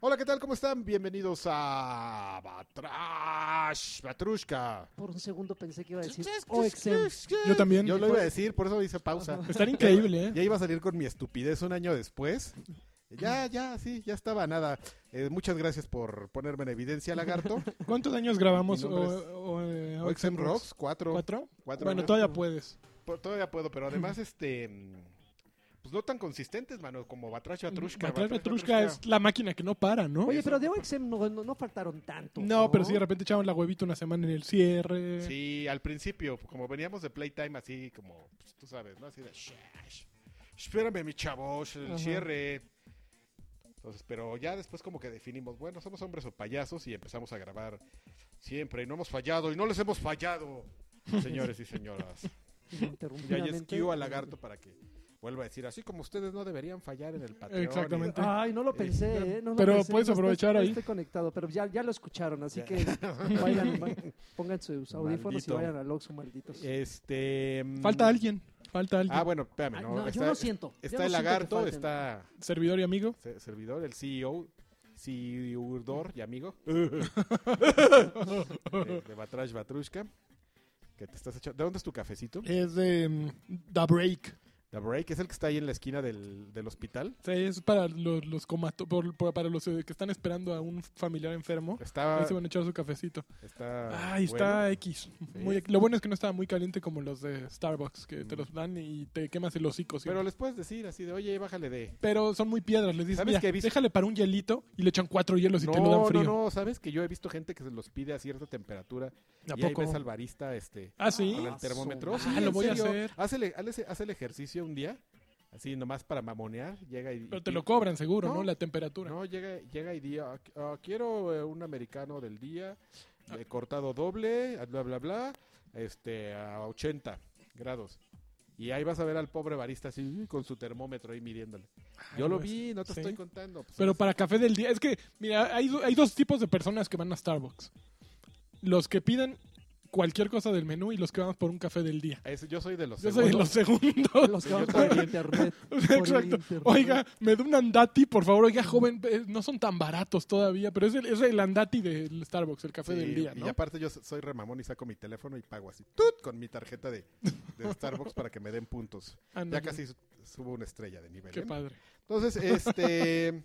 Hola, ¿qué tal? ¿Cómo están? Bienvenidos a Batrash, Batrushka. Por un segundo pensé que iba a decir "Oh, OXM. Oh, Yo también. Yo lo iba a decir, por eso hice pausa. Estar increíble, ¿eh? Ya iba a salir con mi estupidez un año después. Ya, ya, sí, ya estaba nada. Eh, muchas gracias por ponerme en evidencia, Lagarto. ¿Cuántos años grabamos Mi nombre o- es- o, eh, OXM Rocks, cuatro. ¿Cuatro? Cuatro bueno, años. todavía puedes. Por- Todavía puedo, pero además, este. mm, Pues no tan consistentes, mano, como Batrash, Batrushka. Matrás Batrash, Petrushka es la máquina que no para, ¿no? Oye, pero de OXM no, no, no faltaron tanto. no, pero si de repente echaban la huevita una semana en el cierre. Sí, al principio, como veníamos de Playtime, así como, pues, tú sabes, ¿no? Así de, "Shash, espérame, mi chavos, el Ajá. cierre. Entonces, pero ya después como que definimos, bueno, somos hombres o payasos y empezamos a grabar siempre y no hemos fallado y no les hemos fallado, señores y señoras. Y ahí es cue al lagarto para que vuelva a decir, así como ustedes no deberían fallar en el Patreon. Exactamente. Ay, no lo pensé, ¿eh? No lo Pero pensé, puedes no estoy- aprovechar no ahí. Estoy conectado, pero ya, ya lo escucharon, así Ya. que vayan, vayan, pongan sus audífonos Maldito. y vayan al Oxxo, malditos. Este... mm, Falta alguien. Falta alguien. Ah, bueno, espérame. Ay, No, no, yo está, lo siento. yo Está no el siento que lagarto, falten. está... Servidor y amigo. se- servidor, el E CEO, CEO E y amigo de, de Batrash Batrushka. Que te estás echando. ¿De dónde es tu cafecito? Es de mm, The Break. The Break es el que está ahí en la esquina del, del hospital. O sea, es para los, los comato- por- por- para los eh, que están esperando a un familiar enfermo. Está. Ahí se van a echar su cafecito. está Ay, Ah. bueno. está X. Muy Sí. equi- lo bueno es que no estaba muy caliente como los de Starbucks, que te los dan y te quemas el hocico. siempre. Pero les puedes decir así de, oye, bájale de. Pero son muy piedras. Les dices, ¿Sabes mira, qué he visto? déjale para un hielito y le echan cuatro hielos y No, te lo dan no, frío. no, sabes que yo he visto gente que se los pide a cierta temperatura. ¿A y ahí poco? ves al barista este, Ah, sí. con el termómetro. Ah, Sí, lo en voy a serio. hacer. Hazle- hazle- haz el ejercicio un día, así nomás para mamonear. Llega y. Pero te y- lo cobran seguro, ¿no? No. La temperatura. No, llega, llega y día, quiero eh, un americano del día, eh, cortado doble, ah, bla, bla, bla, este, a 80 grados. Y ahí vas a ver al pobre barista así, uy, con su termómetro ahí midiéndole. Yo Ay, lo pues, vi, no te sí. estoy contando. pues, Pero es- para café del día. Es que, mira, hay, do- hay dos tipos de personas que van a Starbucks. Los que piden cualquier cosa del menú y los que van por un café del día. es- yo soy de los Yo soy de los segundos. segundos. Los que van por el internet. por el Exacto. internet. Oiga, me da un andati, por favor. Oiga, joven, eh, no son tan baratos todavía, pero es el, es el andati del Starbucks, el café Sí, del día, ¿no? Y aparte yo so- soy remamón y saco mi teléfono y pago así, ¡tut! con mi tarjeta de, de Starbucks para que me den puntos. Ya Ándale, casi su- subo una estrella de nivel. Qué ¿eh? padre. Entonces, este.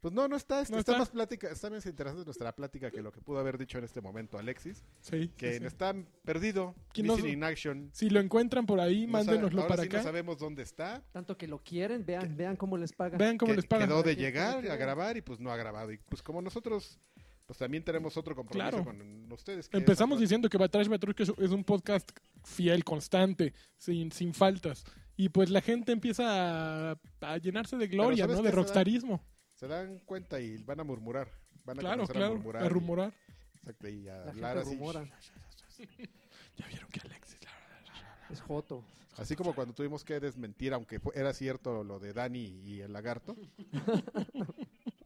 Pues no, no está, está, No está está. más plática, está más interesante nuestra plática que lo que pudo haber dicho en este momento Alexis, Sí. que este sí, sí. está perdido, Que missing no- in action. Si lo encuentran por ahí, No mándenoslo sabe- ahora para sí acá. No sabemos dónde está. Tanto que lo quieren, vean, vean cómo les pagan. Vean cómo que- les pagan. Quedó de Aquí está, llegar aquí. a grabar y pues no ha grabado. Y pues como nosotros, pues también tenemos otro compromiso Claro. con ustedes. que es- Empezamos diciendo que Batrash Batrushka es- es un podcast fiel, constante, sin, sin faltas. Y pues la gente empieza a, a llenarse de gloria, ¿sabes ¿no? qué De se da? rockstarismo. Se dan cuenta y van a murmurar. Van a Claro, comenzar claro. a murmurar. a y- rumorar. exacto, y a La hablar gente así. rumora. Ya vieron que Alexis, la Es Joto. Así como cuando tuvimos que desmentir, aunque fu- era cierto lo de Dani y el lagarto.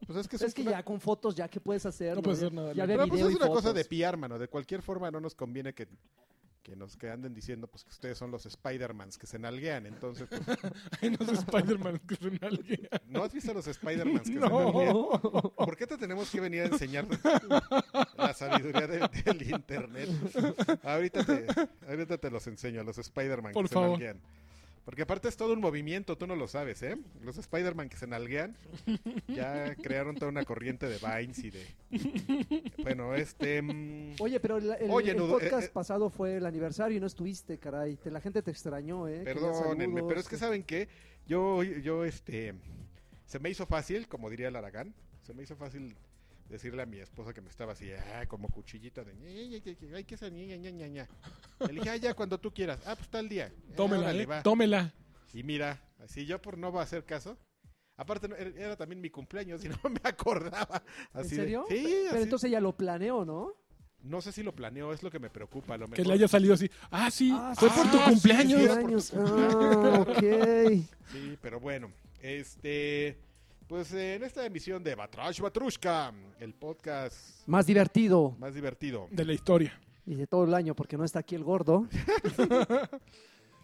pues es que, Es que una, ya con fotos, ya que puedes hacer. No puedes hacer nada, Ya ¿no? había pero, pues, video es y una cosa fotos. de PR, mano. De cualquier forma no nos conviene que, que nos que anden diciendo pues que ustedes son los Spider-Mans que se nalguean. Entonces, pues, Ay, no sé, Spider-Man que se nalguea. ¿no has visto a los Spider-Mans que se nalguean? No. ¿Por qué te tenemos que venir a enseñar la sabiduría del, del internet? Ahorita te, ahorita te los enseño, a los Spider-Man Por que favor. se nalguean. Porque aparte es todo un movimiento, tú no lo sabes, ¿eh? Los Spider-Man que se nalguean ya crearon toda una corriente de Vines y de... Bueno, este... mm, Oye, pero el, el- Oye, el Nudo, podcast eh, eh. pasado fue el aniversario y no estuviste, caray. Te- la gente te extrañó, ¿eh? Quería Perdónenme, saludos. eh. pero es que saben que yo, yo, este, se me hizo fácil, como diría el Aragán, se me hizo fácil decirle a mi esposa que me estaba así, ah, como cuchillita de, "Ñe, ñe, ñe, ñe, ay, que esa ñe, ñe, ñe, ñe, ñe". Le dije, ah, ya, cuando tú quieras, ah, pues tal día. Ah, Tómela, órale, eh. va. Tómela. Y mira, así yo por no va a hacer caso. Aparte, no, era era también mi cumpleaños y no me acordaba. ¿En Así de- serio? sí, Pero así- entonces ya lo planeó, ¿no? No sé si lo planeó, es lo que me preocupa. A lo Que mejor. le haya salido así. Ah, sí. Ah, fue sí, por tu sí, cumpleaños. sí, era por tu Años. Ah, ok. Sí, pero bueno, este, pues eh, en esta emisión de Batrash Batrushka, el podcast Más divertido. más divertido. De la historia. Y de todo el año, porque no está aquí el gordo.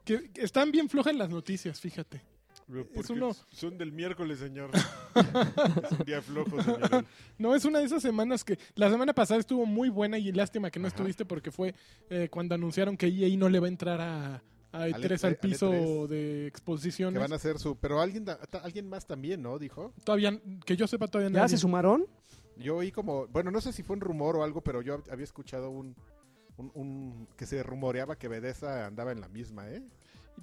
Que que están bien flojas las noticias, fíjate. Porque uno- Son del miércoles, señor. es un día flojo, señor. No, es una de esas semanas que la semana pasada estuvo muy buena y lástima que no Ajá. estuviste porque fue eh, cuando anunciaron que EA no le va a entrar a, a Al E3 E3, al piso al E3. de Que exposiciones. van a hacer su... Pero alguien, da- ta- alguien más también, ¿no? Dijo. Todavía, que yo sepa todavía ¿Ya nadie. se sumaron? Yo oí como... Bueno, no sé si fue un rumor o algo, pero yo había escuchado un... un- un- que se rumoreaba que Bedeza andaba en la misma, ¿eh?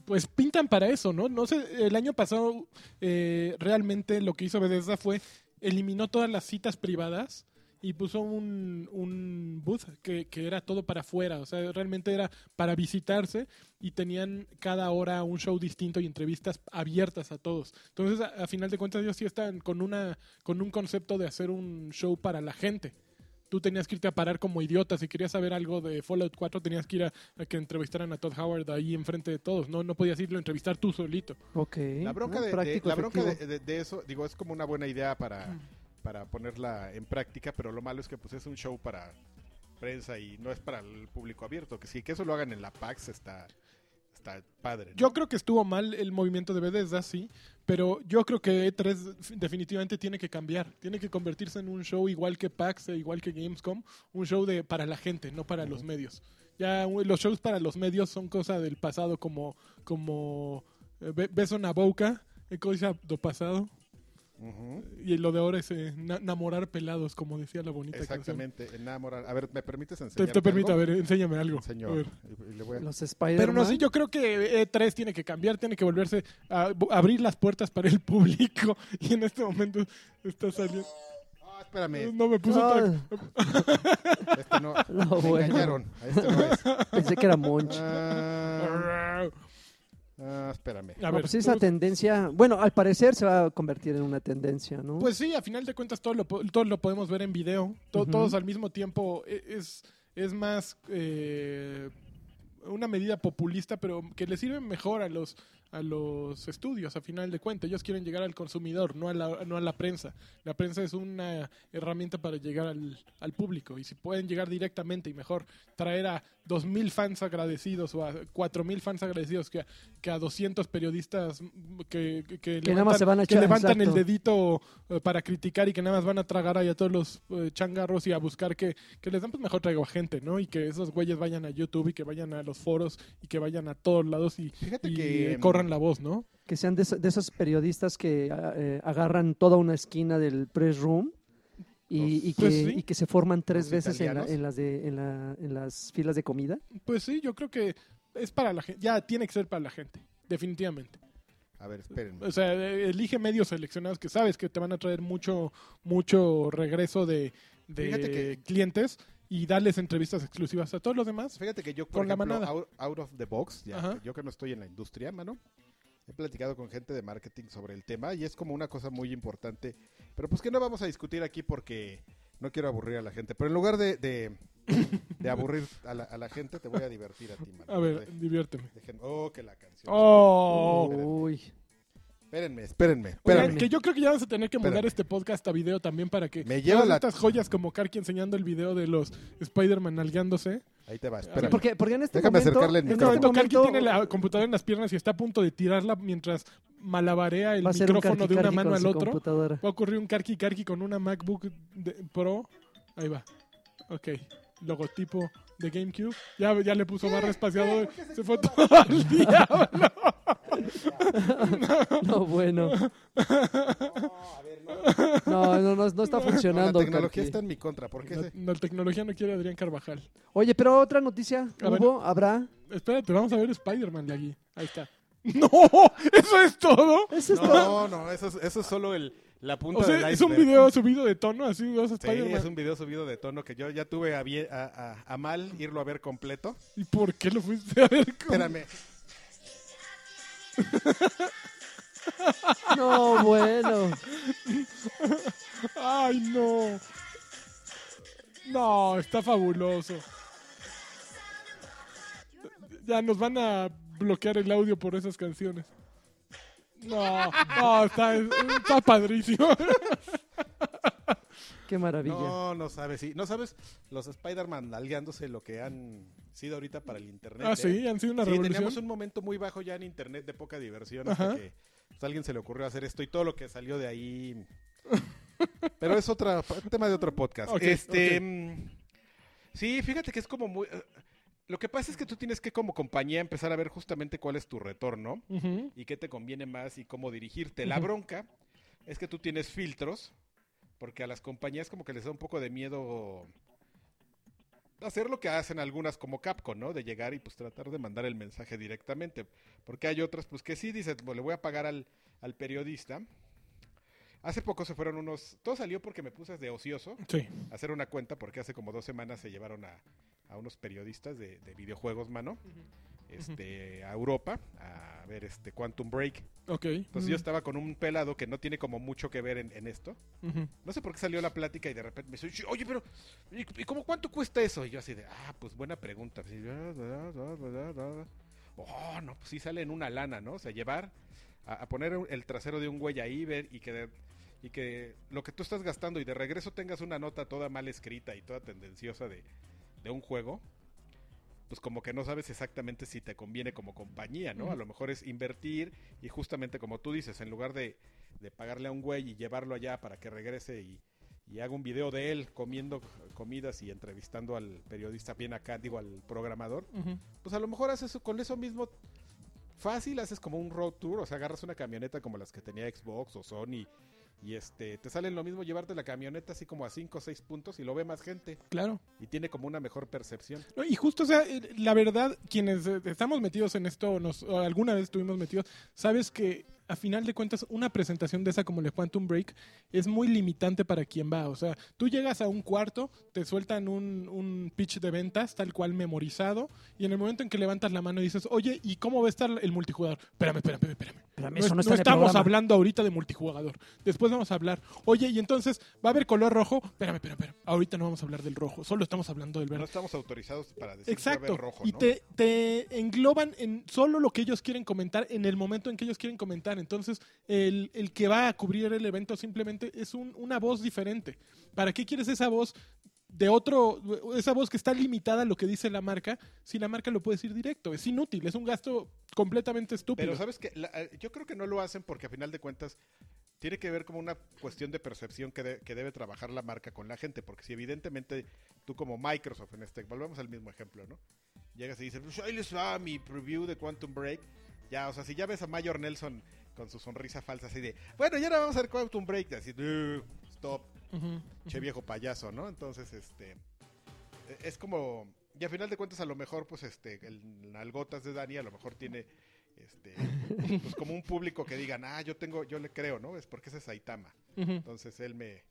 Pues pintan para eso, ¿no? No sé, el año pasado eh, realmente lo que hizo Bethesda fue eliminó todas las citas privadas y puso un, un booth que, que era todo para afuera, o sea, realmente era para visitarse y tenían cada hora un show distinto y entrevistas abiertas a todos. Entonces, a, a final de cuentas, ellos sí están con, una, con un concepto de hacer un show para la gente. Tú tenías que irte a parar como idiota. Si querías saber algo de Fallout 4, tenías que ir a, a que entrevistaran a Todd Howard ahí enfrente de todos. No, no podías irlo a entrevistar tú solito. Ok. La bronca, Ah, de, de- práctico, la bronca de, eh, efectivo. de- de eso, digo, es como una buena idea para, para ponerla en práctica, pero lo malo es que pues es un show para prensa y no es para el público abierto. Que si que eso lo hagan en la PAX está, está padre. ¿no? Yo creo que estuvo mal el movimiento de Bethesda, sí, pero yo creo que E3 f- definitivamente tiene que cambiar. Tiene que convertirse en un show igual que PAX, e igual que Gamescom, un show de para la gente, no para los medios. Ya u- los shows para los medios son cosa del pasado, como, como eh, be- beso na boca, eh, cosa do pasado, Ujú. y lo de ahora es eh, na- enamorar pelados, como decía la bonita canción. Exactamente, enamorar. A ver, ¿me permites Te, enseñar? te permito, a ver, enséñame algo. A Señor, ver. y- y le voy a- Los Spider-Man. Pero no, sí, yo creo que E3 tiene que cambiar, tiene que volverse a bu- abrir las puertas para el público. Y en este momento está saliendo. Ah, espérame, No me puse Ah, otra. este no. No, me bueno. engañaron. a Este no es. Pensé que era Monch. Ah, A ah, espérame. No, ver, pues esa tú- tendencia, bueno, al parecer se va a convertir en una tendencia, ¿no? pues sí, a final de cuentas todo lo, po- todo lo podemos ver en video. To- Ujú. Todos al mismo tiempo. E- Es, es más eh, una medida populista, pero que le sirve mejor a los a los estudios, a final de cuentas. Ellos quieren llegar al consumidor, no a la, no a la prensa. La prensa es una herramienta para llegar al, al público. Y si pueden llegar directamente y mejor traer a 2.000 fans agradecidos o a 4.000 fans agradecidos que a, que a 200 periodistas mm, que, que, que Que nada más se van a que echar, levantan el exacto. dedito eh, para criticar y que nada más van a tragar ahí a todos los eh, changarros y a buscar que, que les dan, pues mejor traigo a gente, ¿no? Y que esos güeyes vayan a YouTube y que vayan a los foros y que vayan a todos lados y, Fíjate y eh, que, em, corran la voz, ¿no? Que sean de, eso- de esos periodistas que ah, eh, agarran toda una esquina del press room y, y que, Pues sí. y que se forman tres Los veces en, la- italianos. en las de, en, la- en las filas de comida. Pues sí, yo creo que es para la gente, ya tiene que ser para la gente, definitivamente. A ver, espérenme. O sea, eh, elige medios seleccionados que sabes que te van a traer mucho, mucho regreso de, de Fíjate que- clientes y darles entrevistas exclusivas a todos los demás. Fíjate que yo, por Con la ejemplo, manada. out, out of the box, ya, Ajá. yo que no estoy en la industria, mano, he platicado con gente de marketing sobre el tema y es como una cosa muy importante. Pero pues que no vamos a discutir aquí porque no quiero aburrir a la gente. Pero en lugar de, de, de aburrir a la, a la gente, te voy a divertir a ti, mano. A ver, De- diviérteme. dejen- oh, que la canción. ¡Oh! espérame. Uy, Espérenme, espérenme, Oigan, espérenme. que yo creo que ya vamos a tener que mudar Espérame. este podcast a video también para que Me lleva todas la- estas joyas como Karki enseñando el video de los Spider-Man nalgándose. Ahí te va, Sí, espérame. porque, porque en este Déjame momento... acercarle el en En este este momento Karki momento- tiene la computadora en las piernas y está a punto de tirarla mientras malabarea el va a ser un micrófono de una carqui-carqui mano con al su otro. computadora. Va a ocurrir un Karki Karki con una MacBook de- Pro. Ahí va. Ok. Logotipo de GameCube. Ya, ya le puso barra espaciado. Se fue todo al diablo. No, bueno. No, no, no, no está No, la funcionando. tecnología Karki. está en mi contra. ¿Por qué? La, se- la tecnología no quiere a Adrián Carvajal. Oye, pero otra noticia. A ver. ¿Hubo? ¿Habrá? Espérate, vamos a ver Spider-Man, Lagui. Ahí está. ¡No! ¿Eso es todo? ¿Es esto? No, no, eso es, eso es solo el, la punta O sea, del es un iceberg. video subido de tono, así dos Sí, es Spider-Man. un video subido de tono que yo ya tuve a, bien- a- a- a mal irlo a ver completo. ¿Y por qué lo fuiste a ver? con- Espérame. No, bueno. ¡Ay, no! No, está fabuloso. Ya nos van a bloquear el audio por esas canciones. No, no, está, está padrísimo. Qué maravilla. No, no sabes, sí. No sabes los Spider-Man nalgándose lo que han sido ahorita para el internet. Ah, ¿eh? sí, han sido una Sí, revolución. teníamos un momento muy bajo ya en internet de poca diversión hasta Ajá. que pues, a alguien se le ocurrió hacer esto y todo lo que salió de ahí. Pero es otra tema de otro podcast. Ok, este ok. mm, Sí, fíjate que es como muy eh, lo que pasa es que tú tienes que como compañía empezar a ver justamente cuál es tu retorno Ujú. y qué te conviene más y cómo dirigirte. La Ujú. bronca es que tú tienes filtros, porque a las compañías como que les da un poco de miedo hacer lo que hacen algunas como Capcom, ¿no? De llegar y pues tratar de mandar el mensaje directamente. Porque hay otras pues que sí dicen, "Bueno, le voy a pagar al, al periodista. Hace poco se fueron unos... Todo salió porque me puse de ocioso Sí. a hacer una cuenta porque hace como dos semanas se llevaron a, a unos periodistas de, de videojuegos, mano, este, a Europa a ver este Quantum Break. Ok. Entonces yo estaba con un pelado que no tiene como mucho que ver en, en esto. Ujú. No sé por qué salió la plática y de repente me dice, oye, pero ¿y, y cómo cuánto cuesta eso? Y yo así de, ah, pues buena pregunta. Así, da, da, da, da, da, da. Oh, no, pues sí sale en una lana, ¿no? O sea, llevar a, a poner un- el trasero de un güey ahí ver y que de- y que lo que tú estás gastando y de regreso tengas una nota toda mal escrita y toda tendenciosa de, de un juego, pues como que no sabes exactamente si te conviene como compañía, ¿no? A lo mejor es invertir y justamente como tú dices, en lugar de, de pagarle a un güey y llevarlo allá para que regrese y, y haga un video de él comiendo comidas y entrevistando al periodista bien acá, digo, al programador, Ujú. pues a lo mejor haces eso- con eso mismo fácil, haces como un road tour, o sea, agarras una camioneta como las que tenía Xbox o Sony y este te sale lo mismo llevarte la camioneta así como a 5 o 6 puntos y lo ve más gente Claro. y tiene como una mejor percepción. No, y justo, o sea, eh, la verdad, quienes eh, estamos metidos en esto, o nos, o alguna vez estuvimos metidos, sabes que a final de cuentas una presentación de esa como el Quantum Break es muy limitante para quien va. O sea, tú llegas a un cuarto, te sueltan un, un pitch de ventas tal cual memorizado, y en el momento en que levantas la mano y dices, oye, ¿y cómo va a estar el multijugador? Espérame, espérame, espérame. Espérame, No, eso es- no está no en el estamos programa. hablando ahorita de multijugador. Después vamos a hablar. Oye, y entonces, ¿va a haber color rojo? Espérame, espérame, espérame. Ahorita no vamos a hablar del rojo. Solo estamos hablando del verde. No estamos autorizados para decir que va a haber Exacto. rojo, y ¿no? te, te engloban en solo lo que ellos quieren comentar en el momento en que ellos quieren comentar. Entonces, el, el que va a cubrir el evento simplemente es un- una voz diferente. ¿Para qué quieres esa voz de otro, esa voz que está limitada a lo que dice la marca, si la marca lo puede decir directo? Es inútil, es un gasto completamente estúpido. Pero sabes que yo creo que no lo hacen porque a final de cuentas tiene que ver como una cuestión de percepción que, de- que debe trabajar la marca con la gente, porque si evidentemente tú como Microsoft en este, volvemos al mismo ejemplo, ¿no? Llegas y dices, pues ahí les va mi preview de Quantum Break. Ya, o sea, si ya ves a Mayor Nelson con su sonrisa falsa así de, bueno, ya ahora vamos a ver Quantum Break, así, "Dude, stop, Ujú. che viejo payaso, ¿no? Entonces, este, e- es como, y a final de cuentas a lo mejor, pues, este, el Nalgotas de Dani a lo mejor tiene, este, pues como un público que digan, ah, yo tengo, yo le creo, ¿no? Es porque ese es Saitama. Ujú. Entonces él me,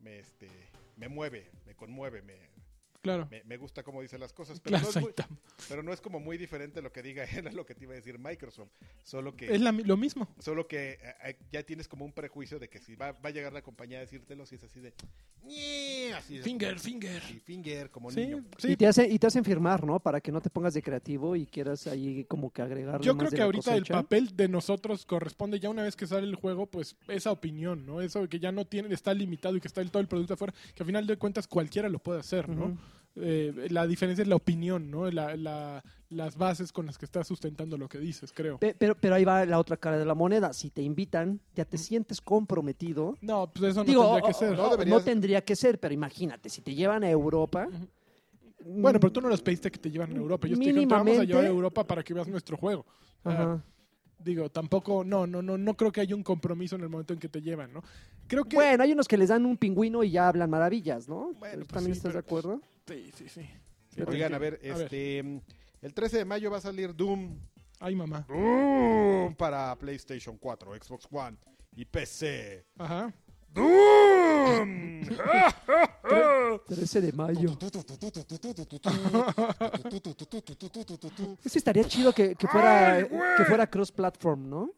me, este, me mueve, me conmueve, me, Claro. me, me gusta cómo dice las cosas, pero, Claro, no es muy, Saitama. pero no es como muy diferente lo que diga él a lo que te iba a decir Microsoft, solo que... Es la mi- lo mismo. Solo que eh, eh, ya tienes como un prejuicio de que si va, va a llegar la compañía a decírtelo, si es así de... "Ñe", Así de Finger, finger. y finger como Sí, niño. sí. pues. Y, te hace, y te hacen firmar, ¿no? Para que no te pongas de creativo y quieras ahí como que agregar. Yo creo que ahorita el papel de nosotros corresponde ya una vez que sale el juego, pues esa opinión, ¿no? Eso de que ya no tiene, está limitado y que está el, todo el producto afuera, que al final de cuentas cualquiera lo puede hacer, ¿no? Ujú. Eh, la diferencia es la opinión, ¿no? La- la- las bases con las que estás sustentando lo que dices, creo. Pe- Pero, pero ahí va la otra cara de la moneda. Si te invitan, ya te sientes comprometido. No, pues eso no Digo, tendría o- que ser. o- ¿no? no, Deberías- tendría que ser, pero imagínate, si te llevan a Europa. mm, Bueno, pero tú no los pediste que te llevan a Europa. Yo te dije, te vamos a llevar a Mínimamente. Europa para que veas nuestro juego. O sea, Ajá. Digo, tampoco, no, no, no, no creo que haya un compromiso en el momento en que te llevan, ¿no? Creo que Bueno, hay unos que les dan un pingüino y ya hablan maravillas, ¿no? Bueno, pues ¿También sí, estás pero- de acuerdo? Sí, sí, sí. Yo te Oigan, a ver, este el 13 de mayo va a salir Doom, Ay, mamá. Doom para PlayStation 4, Xbox One y PC. Ajá. Doom. pues 13 de mayo. Eso estaría chido que, que fuera, que fuera cross-platform, ¿no?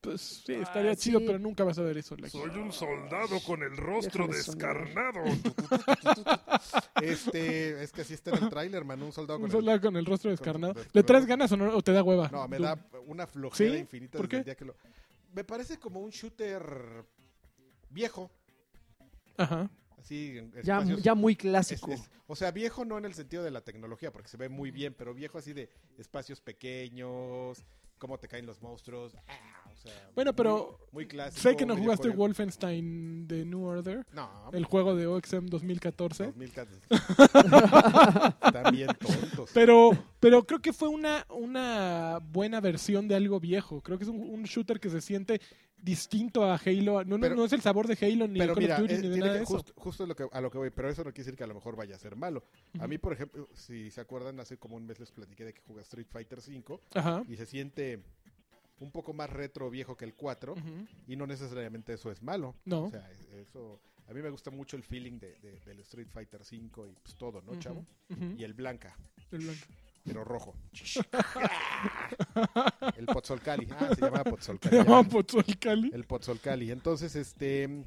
Pues sí, estaría Ah, chido, sí. pero nunca vas a ver eso. Lex. un soldado con el rostro Déjame sonar. descarnado. este, es que así está en el tráiler, man, un soldado con Un el- soldado con el rostro descarnado. con- ¿Le traes ganas o, no, o te da hueva? No, me Tú. da una flojera ¿Sí? infinita ¿Por desde el qué? día que lo- Me parece como un shooter viejo. Ajá. Así, en Ya, espacios- ya muy es- clásico. es- o sea, viejo no en el sentido de la tecnología, porque se ve muy bien, pero viejo así de espacios pequeños, cómo te caen los monstruos. ah, o sea, Bueno, pero muy, muy clásico. Sé que no medio jugaste coreo- Wolfenstein de New Order, No, el juego de OXM 2014. 2014. Están bien tontos. Pero, pero creo que fue una, una buena versión de algo viejo. Creo que es un, un shooter que se siente distinto a Halo. No, no, Pero- no es el sabor de Halo ni de pero Call mira, of Duty es- ni de tiene nada que- de eso. justo, justo lo que, a lo que voy, pero eso no quiere decir que a lo mejor vaya a ser malo. A mí, por ejemplo, si se acuerdan, hace como un mes les platiqué de que jugué Street Fighter V Ajá. y se siente un poco más retro viejo que el 4 Ujú. y no necesariamente eso es malo. No. O sea, es- eso, a mí me gusta mucho el feeling de, de- del Street Fighter V y pues todo, ¿no, chavo? Ujú. Y el blanca, El blanco. pero rojo. el Pozzolcali. Ah, se llamaba Pozzolcali. Te ya. llaman Pozzuoli. El Pozzolcali. Entonces, este.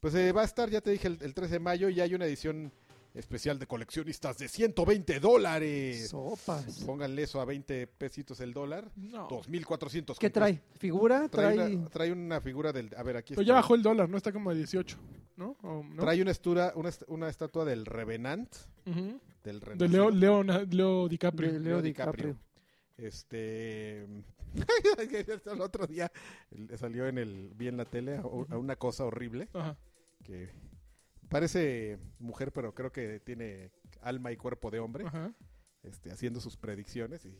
Pues eh, va a estar, ya te dije, el, el 13 de mayo y hay una edición especial de coleccionistas de 120 dólares. Sopas. Pónganle eso a 20 pesitos el dólar. No. 2.400. ¿Qué trae? ¿Figura? Pues, Trae Trae. una, trae una figura del. A ver, aquí está. Pero Pues ya bajó el dólar, ¿no? Está como a 18, ¿no? O- ¿no? Pues Trae una, estura, una, est- una estatua del Revenant. Ujú. Del De Renacido. Leo, Leo, Leo DiCaprio. de Leo Leo DiCaprio. Este. el otro día el- salió en el. Vi en la tele a, a una cosa horrible Ajá. que parece mujer, pero creo que tiene alma y cuerpo de hombre. Ajá. Este, haciendo sus predicciones. Y,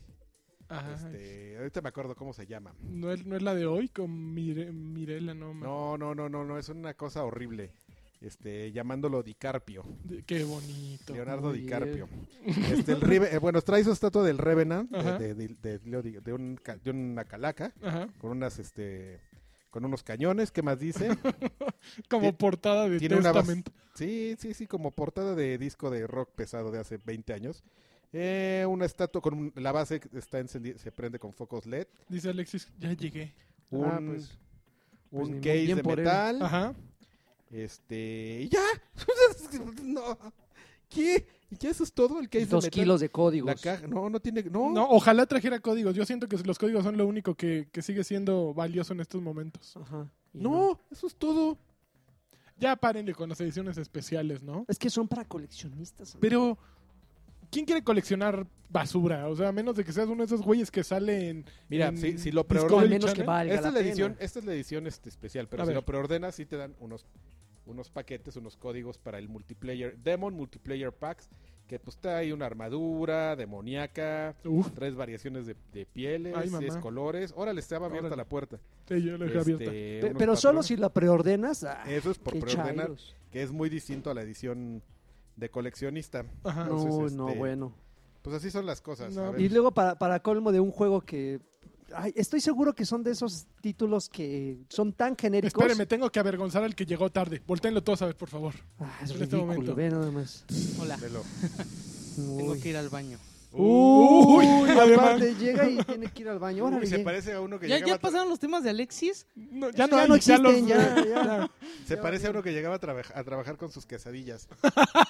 Ajá. este, ahorita me acuerdo cómo se llama. ¿No, es, no es la de hoy con Mire- Mirela, no. ma- No, no, no, no, no, es una cosa horrible. Este, llamándolo DiCarpio. De- Qué bonito. Leonardo Muy DiCarpio. Este, el Rive- eh, bueno, trae su estatua del Revenant, de- Ajá. de, de- de Leo Di- de un ca- de una calaca, Ajá. con unas, este, con unos cañones, ¿qué más dice? Como Ti- portada de tiene una bas- Testament. sí, sí, sí, como portada de disco de rock pesado de hace 20 años. Eh, una estatua con un- la base que está encendida, se prende con focos LED. Dice Alexis, ya llegué. Un, Ah, pues, pues, un ni- case bien de por él. metal. Ajá. Este, y ya. no. ¿Qué? ¿Y ¿Ya eso es todo? El case Dos de metal. kilos de La códigos. caja, no, no tiene, No, ojalá trajera códigos. Yo siento que los códigos son lo único que, que sigue siendo valioso en estos momentos. Ajá. Y No, eso es todo. Ya párenle con las ediciones especiales, ¿no? Es que son para coleccionistas. amigo. Pero, ¿quién quiere coleccionar basura? O sea, a menos de que seas uno de esos güeyes que salen. Mira, en si, si lo a Discovery preordenas. menos que Channel. valga Esta la es la pena. edición, esta es la edición este, especial, pero A si ver. lo preordenas sí te dan unos, unos paquetes, unos códigos para el multiplayer, Demon Multiplayer Packs, que pues trae una armadura demoníaca, Uf, tres variaciones de, de pieles, Ay, mamá. seis colores. Órale, estaba abierta Órale. la puerta. sí, yo la dejé Este, abierta. Pe- unos Pero solo patrones. si la preordenas. ah, Eso es por qué preordenar, chairos. que es muy distinto a la edición de coleccionista. Ajá. No, Entonces, no, este, bueno. Pues así son las cosas. No, a pues- Y ver. luego para, para colmo de un juego que... ay, estoy seguro que son de esos títulos que son tan genéricos. Espéreme, tengo que avergonzar al que llegó tarde. Voltenlo todos a ver, por favor. Ah, es En este ridículo, momento. ve nada más. Hola, Velo. tengo Uy. que ir al baño. Uy, Uy, aparte llega y tiene que ir al baño. Órale, Uy, se llega. parece a uno Uh, que ¿Ya, llegaba ya a tra- pasaron los temas de Alexis? No, ya Eso no ya hay, no ya los- existen, ya, ya. Se Ya parece a uno que llegaba a, traba- a trabajar con sus quesadillas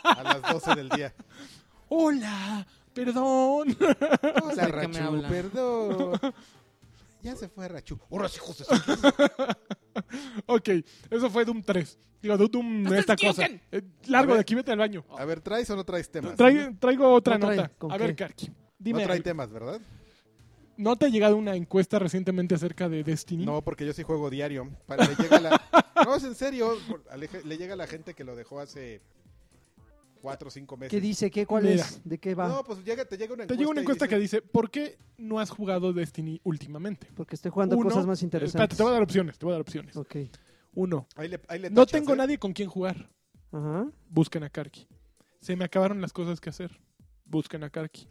a las 12 del día. Hola, perdón. sé Hola, de qué me Rachu, hablan. perdón. Ya se fue Rachu. Ahora sí, hijos de su- ok, eso fue Doom 3. Digo, Doom, ¡Hasta esta el cosa. Kyuken! Eh, largo A de ver. aquí, vete al baño. A ver, ¿traes o no traes temas? Trae- traigo otra No trae, nota. ¿con A ver, qué? Karki. no Dime, trae algo. temas, ¿verdad? ¿no te ha llegado una encuesta recientemente acerca de Destiny? No, porque yo sí juego diario. Para- le llega la- No, es en serio. por- aleje- Le llega a la gente que lo dejó hace 4 o 5 meses. ¿Qué dice? ¿Qué? ¿Cuál Mira. es? ¿De qué va? No, pues llega, te llega una encuesta. Te llega una y encuesta que dice- dice, ¿por qué no has jugado Destiny últimamente? Porque estoy jugando Uno- eh, cosas más Espérate, interesantes. te voy a dar opciones, te voy a dar opciones. Ok. Uno, Ahí le- ahí le no tachas, tengo ¿eh? nadie con quien jugar. Ajá. Busquen a Karki. Se me acabaron las cosas que hacer. Busquen a Karki.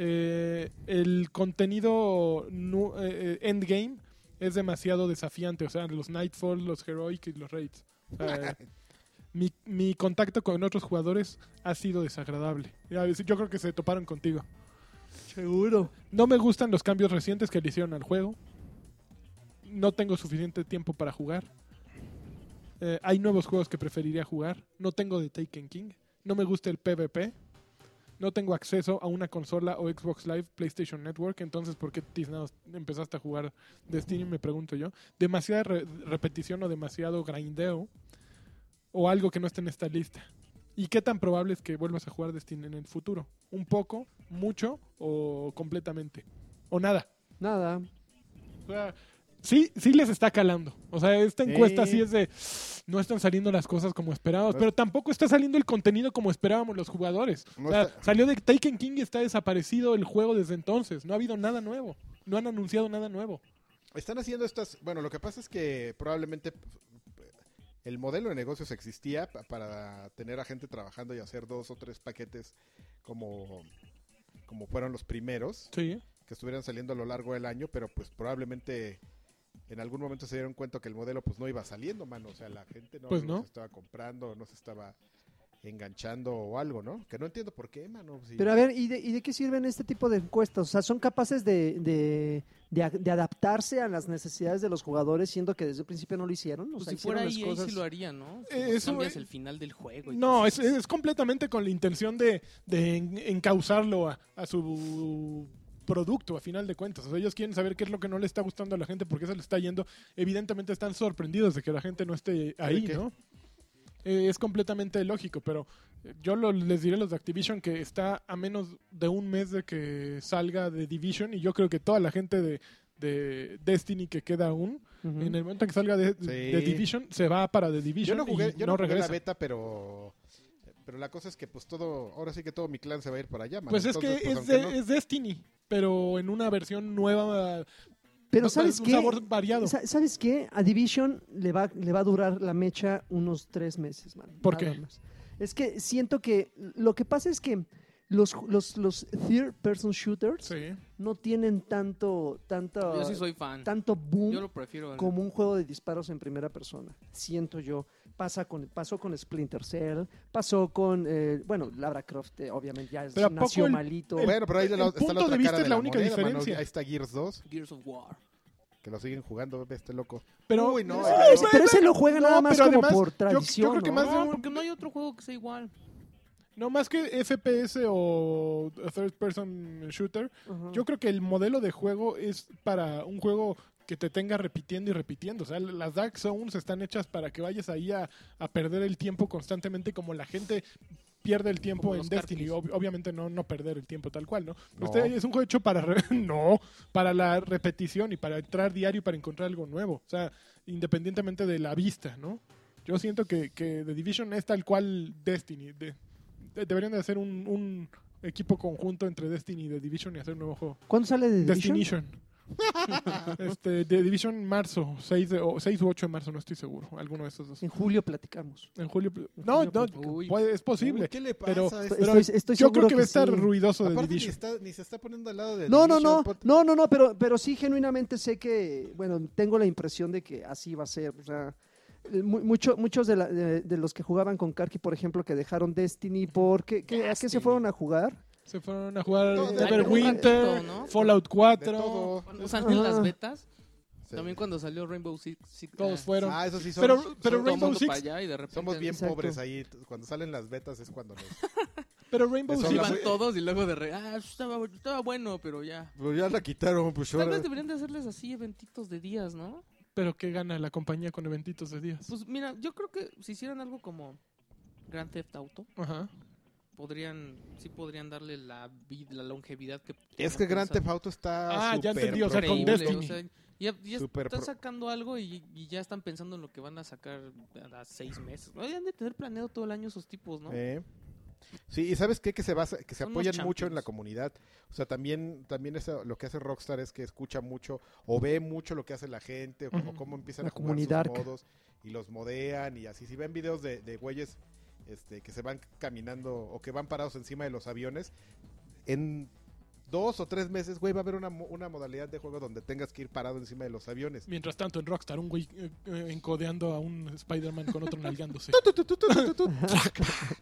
Eh, el contenido nu- eh, eh, endgame es demasiado desafiante. O sea, los Nightfall, los Heroic y los Raids. O sea, mi, mi contacto con otros jugadores ha sido desagradable. Ya ves, Yo creo que se toparon contigo. Seguro. No me gustan los cambios recientes que le hicieron al juego. No tengo suficiente tiempo para jugar. Eh, hay nuevos juegos que preferiría jugar. No tengo de Taken King. No me gusta el PvP. No tengo acceso a una consola o Xbox Live, PlayStation Network. Entonces, ¿por qué tiznados empezaste a jugar Destiny? Me pregunto yo. Demasiada re- repetición o demasiado grindeo. o algo que no esté en esta lista? ¿Y qué tan probable es que vuelvas a jugar Destiny en el futuro? ¿Un poco, mucho o completamente? ¿O nada? Nada. O sea, sí, sí les está calando. O sea, esta encuesta Sí. sí es de no están saliendo las cosas como esperábamos, Pues pero tampoco está saliendo el contenido como esperábamos los jugadores. No O sea, está- salió de Taken King y está desaparecido el juego desde entonces. No ha habido nada nuevo. No han anunciado nada nuevo. Están haciendo estas. Bueno, lo que pasa es que probablemente el modelo de negocios existía pa- para tener a gente trabajando y hacer dos o tres paquetes como, como fueron los primeros, Sí. que estuvieran saliendo a lo largo del año, pero pues probablemente en algún momento se dieron cuenta que el modelo pues no iba saliendo, mano. O sea, la gente no, Pues no no. se estaba comprando, no se estaba enganchando o algo, ¿no? Que no entiendo por qué, mano. si- Pero a ver, ¿y de, y de qué sirven este tipo de encuestas? O sea, ¿son capaces de, de- de a- de adaptarse a las necesidades de los jugadores, siendo que desde el principio no lo hicieron? O Pues sea, si hicieron fuera las ahí, ahí cosas- sí lo haría, ¿no? Eh, Como eso, cambias eh, el final del juego. y Pues, No, es, cosas así. es completamente con la intención de, de en- encauzarlo a, a su producto, a final de cuentas. O sea, ellos quieren saber qué es lo que no le está gustando a la gente, por qué se le está yendo. Evidentemente están sorprendidos de que la gente no esté ahí, qué? ¿no? Eh, es completamente lógico, pero eh, yo lo- les diré a los de Activision que está a menos de un mes de que salga de Division y yo creo que toda la gente de, de Destiny que queda aún, Ujú. en el momento en que salga de, de Division, se va para The Yo Division no jugué, y yo no, no jugué regresa. la beta, pero pero la cosa es que pues todo, ahora sí que todo mi clan se va a ir para allá, mano. Pues es Entonces, que pues, es, aunque de- no- es Destiny, pero en una versión nueva. Pero no- ¿sabes un qué? sabor variado. Sa- ¿Sabes qué? A Division le va, le va a durar la mecha unos tres meses, man. ¿Por Nada qué? más. Es que siento que lo que pasa es que los, los, los third person shooters Sí. no tienen tanto, tanto, Yo sí soy fan. tanto boom Yo lo prefiero. al- como un juego de disparos en primera persona. Siento yo. Pasa con, pasó con Splinter Cell, pasó con, eh, bueno, Lara Croft, eh, obviamente ya es- Pero ¿a poco nació el- malito. bueno, pero ahí el de la- está punto la de otra vista cara es de la la, única moneda, mano. diferencia. Ahí está Gears 2, Gears of War. que lo siguen jugando, ve este loco. Pero, Uy, no, Sí, eh, Pero ese- bueno, pero ese lo juega no, nada más pero como además, por yo- yo creo tradición. que ¿no? más de No, un- porque no hay otro juego que sea igual. no más que FPS o Third Person Shooter, Ajá. yo creo que el modelo de juego es para un juego que te tenga repitiendo y repitiendo. O sea, las Dark Zones están hechas para que vayas ahí a, a perder el tiempo constantemente, como la gente pierde el tiempo Como en los Destiny. cartis. Ob- obviamente no, no perder el tiempo tal cual, ¿no? No. Pero este es un juego hecho para... re- no, para la repetición y para entrar diario y para encontrar algo nuevo. O sea, independientemente de la vista, ¿no? Yo siento que, que The Division es tal cual Destiny. De- de- deberían de hacer un, un equipo conjunto entre Destiny y The Division y hacer un nuevo juego. ¿Cuándo sale de Division? Destination. este, The Division en marzo, 6, de, o 6 u 8 de marzo, no estoy seguro. Alguno de esos dos. En julio platicamos. En julio. No, no, Uy. puede- es posible. Uy, ¿Qué le pasa? pero- a este? Pero Estoy- estoy yo seguro creo que, va a sí. estar ruidoso de Aparte ni, Division. está, ni se está poniendo al lado de No, no, Division, no, pot- no, no, no, pero, pero sí genuinamente sé que, bueno, tengo la impresión de que así va a ser. O sea, eh, mu- mucho- muchos de, la- de- de los que jugaban con Karki, por ejemplo, que dejaron Destiny, porque ¿a qué se Destiny. fueron a jugar? Se fueron a jugar No, de- Everwinter, de- ¿no? Fallout de 4. todo. Cuando salieron Ajá. las betas, Sí. también cuando salió Rainbow Six. Six- Todos ah, fueron. Ah, eso sí somos, Pero, pero todo el Rainbow mundo Six para allá y de repente somos bien Exacto. pobres ahí. Cuando salen las betas es cuando nos... Pero Rainbow Eso Six. habla- Iban todos y luego de re, ah, estaba, estaba bueno, pero ya. Pero ya la quitaron, pues Tal vez ahora- deberían de hacerles así eventitos de días, ¿no? Pero qué gana la compañía con eventitos de días. Pues mira, yo creo que si hicieran algo como Grand Theft Auto, Ajá. podrían, sí podrían darle la, vid- la longevidad que... Es que Grand Theft Auto está Ah, ya súper entendí, o sea, con increíble. Destiny. ya, ya Super están pro- sacando algo y, y ya están pensando en lo que van a sacar a seis meses. No, ya han de tener planeado todo el año esos tipos, ¿no? Eh. Sí, y sabes qué? que se basa, que se Son unos apoyan mucho champions. en la comunidad. O sea, también, también eso- lo que hace Rockstar es que escucha mucho o ve mucho lo que hace la gente, o como, Ujú. cómo empiezan La a jugar sus comunidad. modos y los modean y así. Si ven videos de, de güeyes este, que se van caminando o que van parados encima de los aviones, en dos o tres meses, güey, va a haber una, mo- una modalidad de juego donde tengas que ir parado encima de los aviones. Mientras tanto, en Rockstar, un güey eh, eh, encodeando a un Spider-Man con otro nalgándose.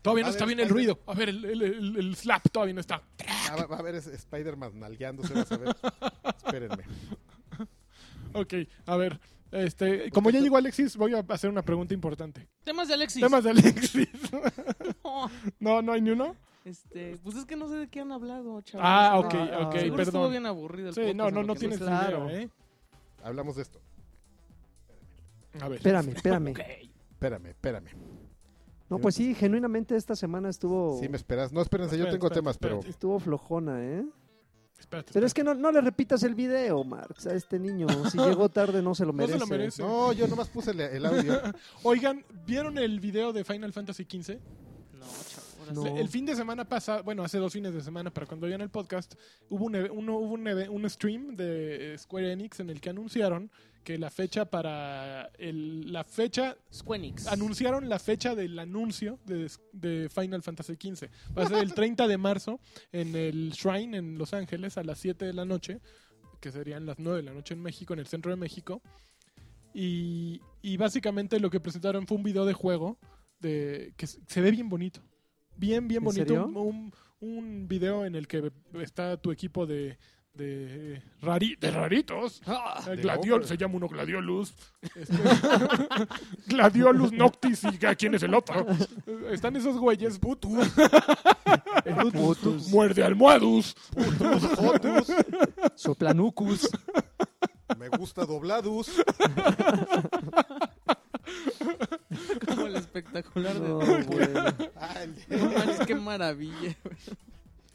todavía no A está ver, bien el Spider- ruido. A ver, el, el- el- el slap todavía no está. Ah, va, va a haber ese Spider-Man nalgueándose, vas a ver. Espérenme. Ok, a ver. Este, como ya llegó Alexis, voy a hacer una pregunta importante. Temas de Alexis. Temas de Alexis. No, no, no hay ni uno. este, pues es que no sé de qué han hablado, chaval. Ah, ok, Ah, ah, ok, Seguro estuvo perdón. bien aburrido el Sí, podcast no, en no, lo no que tienes sé. claro. idea, ¿eh? Hablamos de esto. A ver. Espérame, espérame. Ok. Espérame, espérame. No, pues sí, genuinamente esta semana estuvo, Sí, me esperas. No, espérense, yo Espérate, tengo espérate, temas, pero... espérate. estuvo flojona, ¿eh? Espérate. Pero espérate. es que no, no le repitas el video, Marx, a este niño. Si llegó tarde, no se lo No merece. se lo merece. No, yo nomás puse el, el audio. Oigan, ¿vieron el video de Final Fantasy XV? No, chavo. ahora No. sí. El fin de semana pasado, bueno, hace dos fines de semana, para cuando oigan el podcast, hubo un, eve- uno- hubo un, eve- un stream de eh, Square Enix en el que anunciaron que la fecha para el, la fecha Square Enix. anunciaron la fecha del anuncio de, de Final Fantasy XV. Va a ser el 30 de marzo en el Shrine en Los Ángeles a las 7 de la noche, que serían las 9 de la noche en México, en el centro de México. Y, y básicamente lo que presentaron fue un video de juego de, que se se ve bien bonito. Bien, bien ¿En bonito. serio? Un, un- un video en el que está tu equipo de, de, rari- de raritos. Eh, Ah. de gladiol, hombre. se llama uno Gladiolus. Este- gladiolus Noctis y ya, ¿quién es el otro? Eh, Están esos güeyes. Putus. Putus, Muerde almohadus. Jotus, soplanucus. me gusta dobladus. Como el espectacular de. No, No, bueno. Ah, el- mames, qué maravilla.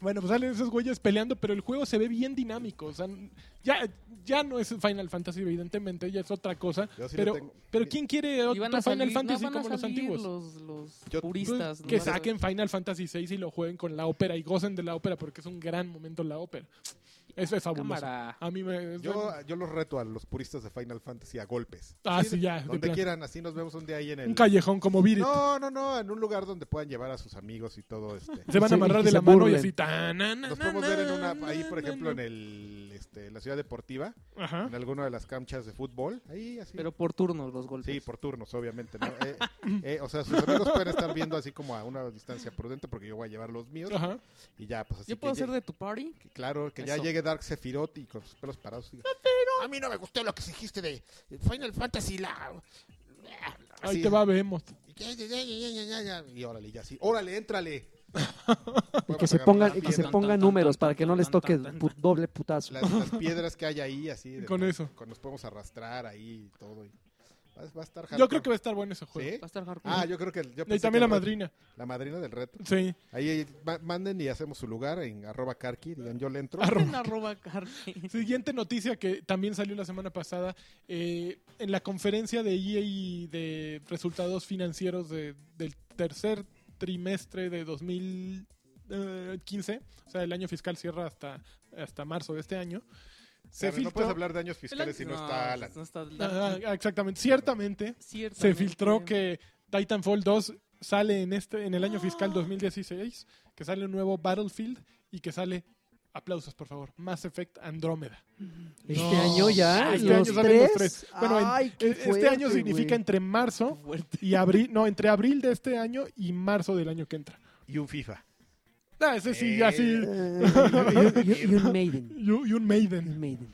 Bueno, pues salen esos güeyes peleando, pero el juego se ve bien dinámico. O sea, n- ya, ya no es Final Fantasy, evidentemente, ya es otra cosa. Yo sí le pero, tengo- pero ¿quién quiere Y otro van a Final salir- no Fantasy van a como los salir antiguos? Los, los Yo- Pues, puristas. que ¿no? saquen Final Fantasy VI y lo jueguen con la ópera y gocen de la ópera porque es un gran momento la ópera. Eso es fabuloso. Cámara. A mí me... Yo, yo los reto a los puristas de Final Fantasy a golpes. Ah, sí, ya, de Donde plano. quieran, así nos vemos un día ahí en el... Un callejón como Virit. No, no, no, en un lugar donde puedan llevar a sus amigos y todo este. Se van Sí, a amarrar que de se la mano y burlen. así. tan, na, na, Nos na, podemos ver en na, una, ahí por na, ejemplo en na. el, este, la ciudad deportiva, Ajá. en alguna de las canchas de fútbol, ahí así. Pero por turnos los golpes. Sí, por turnos, obviamente. ¿no? Eh, eh, o sea, sus amigos pueden estar viendo así como a una distancia prudente porque yo voy a llevar los míos Ajá. y ya, pues así. ¿Yo que puedo llegue- ser de tu party? que Claro, que ya Eso. llegue Dark Sephiroth y con sus pelos parados. diga, A mí no me gustó lo que dijiste de Final Fantasy la... Ahí así, te va Behemoth. Y, ya, ya, ya, ya, ya, ya, ya, y órale, ya sí. Órale, éntrale. Y Vamos que a se agarrar pongan, las y que se piedras. pongan números para que no les toque pu- doble putazo. las, las piedras que hay ahí, así. de- Con eso. Nos podemos arrastrar ahí y todo. y- va, va a estar Yo creo hardcore. que va a estar bueno ese juego. ¿Sí? Va a estar hardcore. Ah, yo creo que. el- yo Y pensé también que la el reto- madrina. La madrina del reto. Sí. Ahí, ahí, ma- manden y hacemos su lugar en arroba carqui. Digan, yo le entro. Arroba, arroba carne. Siguiente noticia que también salió la semana pasada. eh, en la conferencia de EA y de resultados financieros de- del tercer trimestre de 2015, o sea, el año fiscal cierra hasta, hasta marzo de este año. Se Claro, no filtró. puedes hablar de años fiscales si no está Alan. No está Ah, Alan. ah, exactamente, ciertamente se Ciertamente. filtró que Titanfall 2 sale en este en el Ah. año fiscal 2016, que sale un nuevo Battlefield y que sale aplausos por favor, Mass Effect Andrómeda. Este año ya, Ah, este los, año salen tres? los tres. Bueno, en- Ay, qué e- este fuerte, año significa güey. entre marzo Fuerte. y abril, no, entre abril de este año y marzo del año que entra. Y un FIFA. Ah, ese sí, Eh. ya sí. Eh, y- y- y un Maiden. Y un- y un Maiden. un Maiden.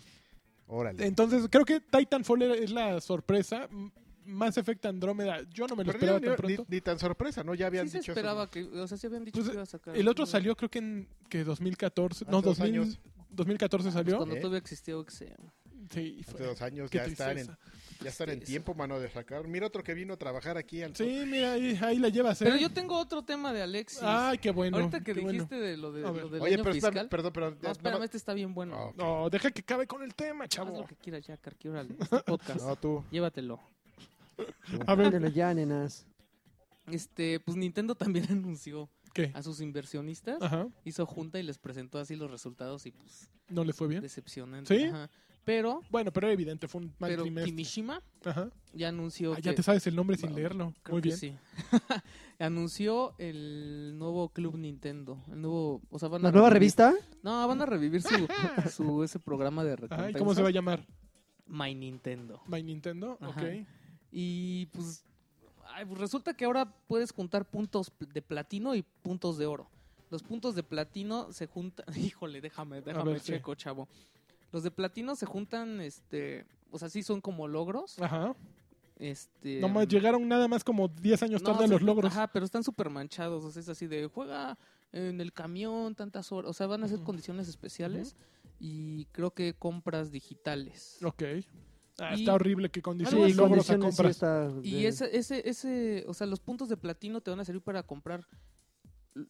Órale. Entonces, creo que Titanfall era- es la sorpresa. M- Mass Effect Andrómeda, yo no me Pero lo ya esperaba ni, tan ni- pronto. ni tan sorpresa, ¿no? Ya habían Sí se dicho eso. esperaba que... O sea, se habían dicho Pues, que iba a sacar. El otro ¿no? salió creo que en que 2014, Hace no, dos 2000 años. 2014 Pues salió. Cuando ¿Eh? todavía existía Oxeo. Sí, y Hace fue. dos años Qué ya están, en, tristeza. ya están en Tristeza. tiempo, mano, de sacar. Mira otro que vino a trabajar aquí al Sí, mira, ahí, ahí la llevas. ¿eh? Pero yo tengo otro tema de Alexis. Ay, qué bueno. Ahorita que qué bueno. dijiste de lo, de, A ver. lo del Oye, año pero fiscal. está, perdón, pero No, espérame, este está bien bueno. Ah, ok. No, deja que acabe con el tema, Haz chavo. lo que quieras ya, Carqui, órale, este podcast. no, tú. Llévatelo. A ver, Ándale ya, nenas. Este, pues Nintendo también anunció ¿qué? a sus inversionistas, Ajá, hizo junta y les presentó así los resultados y pues no le fue bien. decepcionante. ¿Sí? Ajá. Pero, Bueno, pero era evidente, fue un mal pero trimestre. Kimishima Ajá. ya anunció Ah, ya que- te sabes el nombre sin Wow, leerlo. creo Muy que bien. sí. anunció el nuevo Club Nintendo, el nuevo, o sea, van a ¿La nueva revivir- revista? No, van a revivir su, su ese programa de Ajá, ¿y recompensas. ¿Cómo se va a llamar? My Nintendo. ¿My Nintendo? Ajá. Ok. Y pues, ay, pues, resulta que ahora puedes juntar puntos pl- de platino y puntos de oro. Los puntos de platino se juntan. Híjole, déjame, déjame ver, sí. checo, chavo. Los de platino se juntan, este. O sea, sí son como logros. Ajá. Este. Nomás llegaron nada Ah. más como 10 años no, tarde a se- los logros. Ajá, pero están súper manchados. O sea, es así de juega en el camión tantas horas. O sea, van a ser Ujú. condiciones especiales. Y creo que compras digitales. Ok. Ah, Y- está horrible que Algo condiciones así. Sí, logros a condiciones sí compras. está Y de- ese, ese, ese, o sea, los puntos de platino te van a servir para comprar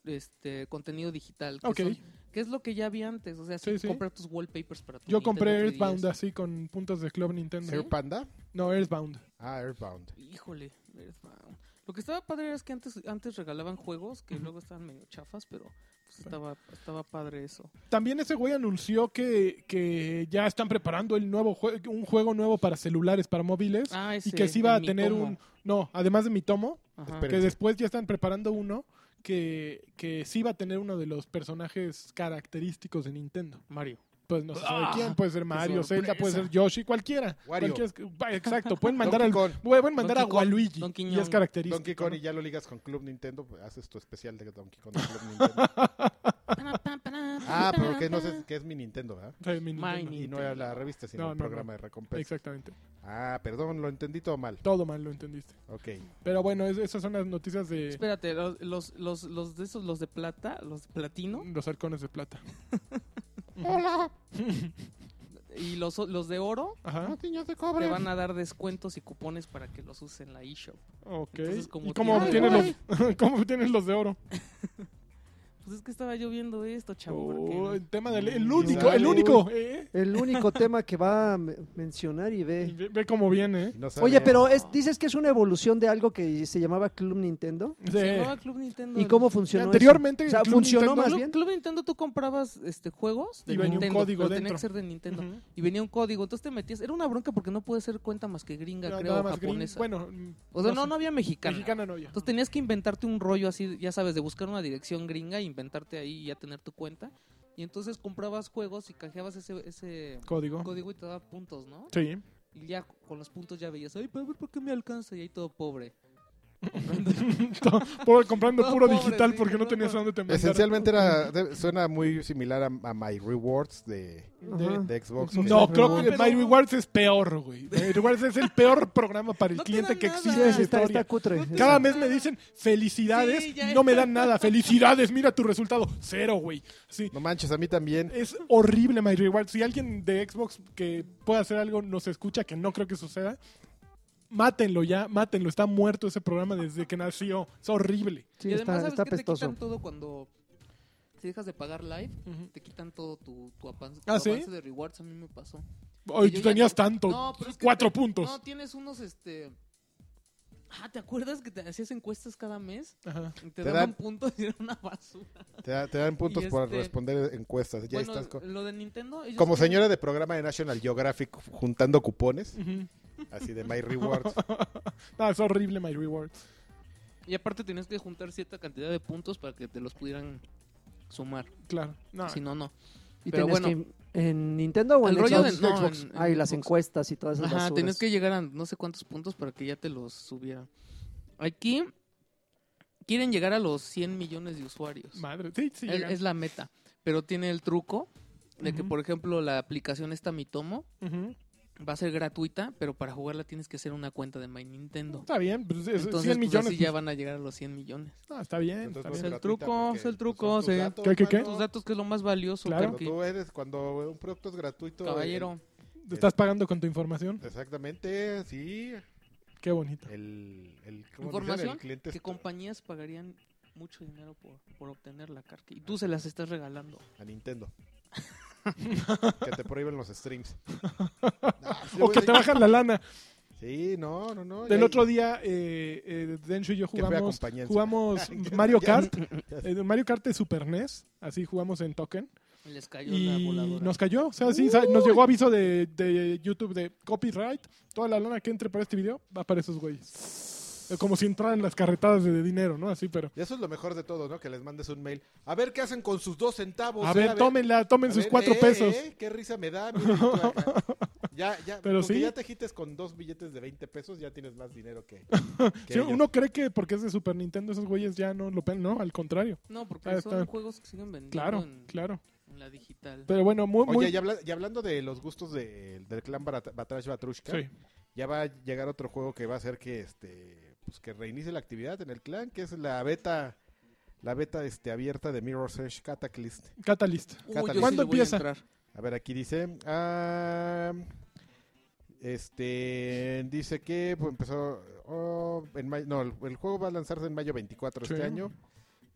este contenido digital. Que, Ok. son- que es lo que ya había antes. O sea, Sí, sí, sí. comprar tus wallpapers para tu Yo compré Nintendo 3DS. Earthbound así con puntos de Club Nintendo. ¿Sí? Oh, ¿Panda? No, Earthbound. Ah, Airbound. Híjole, Earthbound. Lo que estaba padre es que antes, antes regalaban juegos que luego estaban medio chafas, pero pues, estaba, estaba padre eso. También ese güey anunció que, que ya están preparando el nuevo jue- un juego nuevo para celulares, para móviles. Ah, y ese, que sí iba a el tener Mitomo. un... No, además de mi tomo, Ajá. Espera. que después ya están preparando uno que, que sí va a tener uno de los personajes característicos de Nintendo. Mario. Pues no se sabe Ah, quién, puede ser Mario, Zelda, sorpresa. puede ser Yoshi, cualquiera. Wario. Cualquiera es- va, exacto, pueden mandar al... Donkey Kong. Pueden mandar Donkey a Kong, Waluigi Donkey y es Kong. característico. Donkey Kong y ya lo ligas con Club Nintendo, pues, haces tu especial de Donkey Kong de Club Nintendo. ah, pero que no sé que es mi Nintendo, ¿verdad? ¿no? Sí, mi Nintendo. Mine. Y no era la revista, sino No, el no, programa de no. recompensa. Exactamente. Ah, perdón, lo entendí todo mal. Todo mal lo entendiste. Ok. Pero bueno, es- esas son las noticias de Espérate, los, los, los, los de esos, los de plata, los de platino los arcones de plata. y los, los de oro Ajá. te van a dar descuentos y cupones para que los usen en la eShop. Ok. Entonces, como ¿Y cómo tiene- obtienes, los, cómo obtienes los de oro? Pues es que estaba yo viendo esto, chavo. Oh, porque- el tema del el único, Dale. el único. eh, El único tema que va a me- mencionar y eh. ve. Ve, ve cómo viene. eh. No sabía. Oye, pero es, dices que es una evolución de algo que se llamaba Club Nintendo. Se Sí. llamaba Club Nintendo. ¿Y cómo funcionó? eso? Anteriormente, O sea, Club funcionó Nintendo- más Club, bien. Club Nintendo tú comprabas este juegos de Y venía un Nintendo, código pero tenía dentro. que ser de Nintendo Ujú. y venía un código, entonces te metías, era una bronca porque no puede ser cuenta más que gringa, Nada creo, más gringo. japonesa. Bueno, mm, o sea, no, sé. no había mexicana. mexicana no ya. Entonces tenías que inventarte un rollo así, ya sabes, de buscar una dirección gringa e inventarte ahí y ya tener tu cuenta. Y entonces comprabas juegos y canjeabas ese, ese Código. código y te daba puntos, ¿no? Sí. Y ya con los puntos ya veías, ay, pero a ver por qué me alcanza y ahí todo pobre. Por- comprando No, puro pobre, digital sí, porque no no, tenías a pobre. dónde te mandar. Esencialmente era, de- suena muy similar a, a My Rewards de, Ajá. de Xbox. Ah. No, Sí, creo pero- que My Rewards es peor, güey. My Rewards es el peor programa para el No te cliente dan que nada. existe Sí, en sí, la está, historia. está cutre. No te- Cada mes me dicen felicidades Sí, ya. y no me dan nada. Felicidades, mira tu resultado. Cero, güey. Sí. No manches, a mí también. Es horrible My Rewards. Si alguien de Xbox que pueda hacer algo nos escucha, que no creo que suceda, mátenlo ya, mátenlo. Está muerto ese programa desde que nació. Es horrible. Sí, y está, además, ¿sabes está qué? te pestoso. quitan todo cuando si dejas de pagar live? Te quitan todo tu, tu, apan- tu Ah, ¿sí? avance de rewards, a mí me pasó. Hoy Y yo tú ya- tenías tanto. No, pero es que cuatro te- puntos. No, tienes unos, este... Ah, ¿te acuerdas que te hacías encuestas cada mes? Ajá. Te Y te, dan- daban puntos y era una basura. Te, da- te dan puntos Y por este- responder encuestas. Ya bueno, estás co- lo de Nintendo... ellos como tienen- señora de programa de National Geographic juntando cupones, Ujú. así de My Rewards. No, es horrible My Rewards. Y aparte tenías que juntar cierta cantidad de puntos para que te los pudieran sumar. Claro. No, Si no, no. Y Pero tenías bueno. que- ¿En Nintendo o en El rollo Xbox? de- no, Xbox. en- en Ah, y las Xbox. encuestas y todas esas Ajá, basuras. tenías que llegar a no sé cuántos puntos para que ya te los subieran. Aquí quieren llegar a los 100 millones de usuarios. Madre. Sí, sí. es, llega. es la meta. Pero tiene el truco de que, Ujú. por ejemplo, la aplicación esta Mitomo Ujú. va a ser gratuita, pero para jugarla tienes que hacer una cuenta de My Nintendo. Está bien. Pues, es- Entonces, 100 pues, millones. pues, así ya van a llegar a los 100 millones. No, está bien. Entonces, está no bien. Es gratuita el truco, porque, es el pues, truco, son tus sí. datos, ¿Qué, qué, qué? mano. Tus datos que es lo más valioso, Claro. Pero porque- tú eres cuando un producto es gratuito. caballero. Estás pagando con tu información. eh, exactamente, sí. Qué Eh, bonito. El, el, ¿cómo dicen? Información El cliente que es- compañías pagarían mucho dinero por, por obtener la carta. Y tú se las estás regalando. a Nintendo. que te prohíben los streams. Ah, O que te bajan la lana. Sí, no, no, no. Del otro día, eh, eh, Densho y yo fea jugamos, compañía en jugamos Mario Kart. eh, Mario Kart de Super NES. Así jugamos en Token. Les cayó la Y voladora. nos cayó. O sea, sí, sa- nos llegó aviso de, de YouTube de copyright. Toda la lana que entre para este video va para esos güeyes. Eh, Como si entraran las carretadas de dinero, ¿no? Así, pero. Eso es lo mejor de todo, ¿no? Que les mandes un mail. A ver qué hacen con sus dos centavos. A eh, ver, tómenla, tomen a sus ver, cuatro eh, pesos. eh, qué risa me da. miren tú acá. Ya, ya. Pero Pero sí. ya te agites con dos billetes de 20 pesos, ya tienes más dinero que. que Sí, ellos. uno cree que porque es de Super Nintendo esos güeyes ya no lo pen, no, al contrario. No, porque Ah, son está. juegos que siguen vendiendo Claro, en, claro. en la digital. Pero bueno, muy, muy Oye, y, habla- y hablando de los gustos de- del clan Barat- Batrash Batrushka, sí. ya va a llegar otro juego que va a hacer que este pues que reinicie la actividad en el clan, que es la beta la beta este abierta de Mirror's Edge Cataclysm. Catalyst. Uy, yo sí ¿Cuándo le voy a empieza? entrar. A ver, aquí dice ah, eh, Este dice que pues, empezó oh, en mayo, no, el, el juego va a lanzarse en mayo 24 de Sí. este año.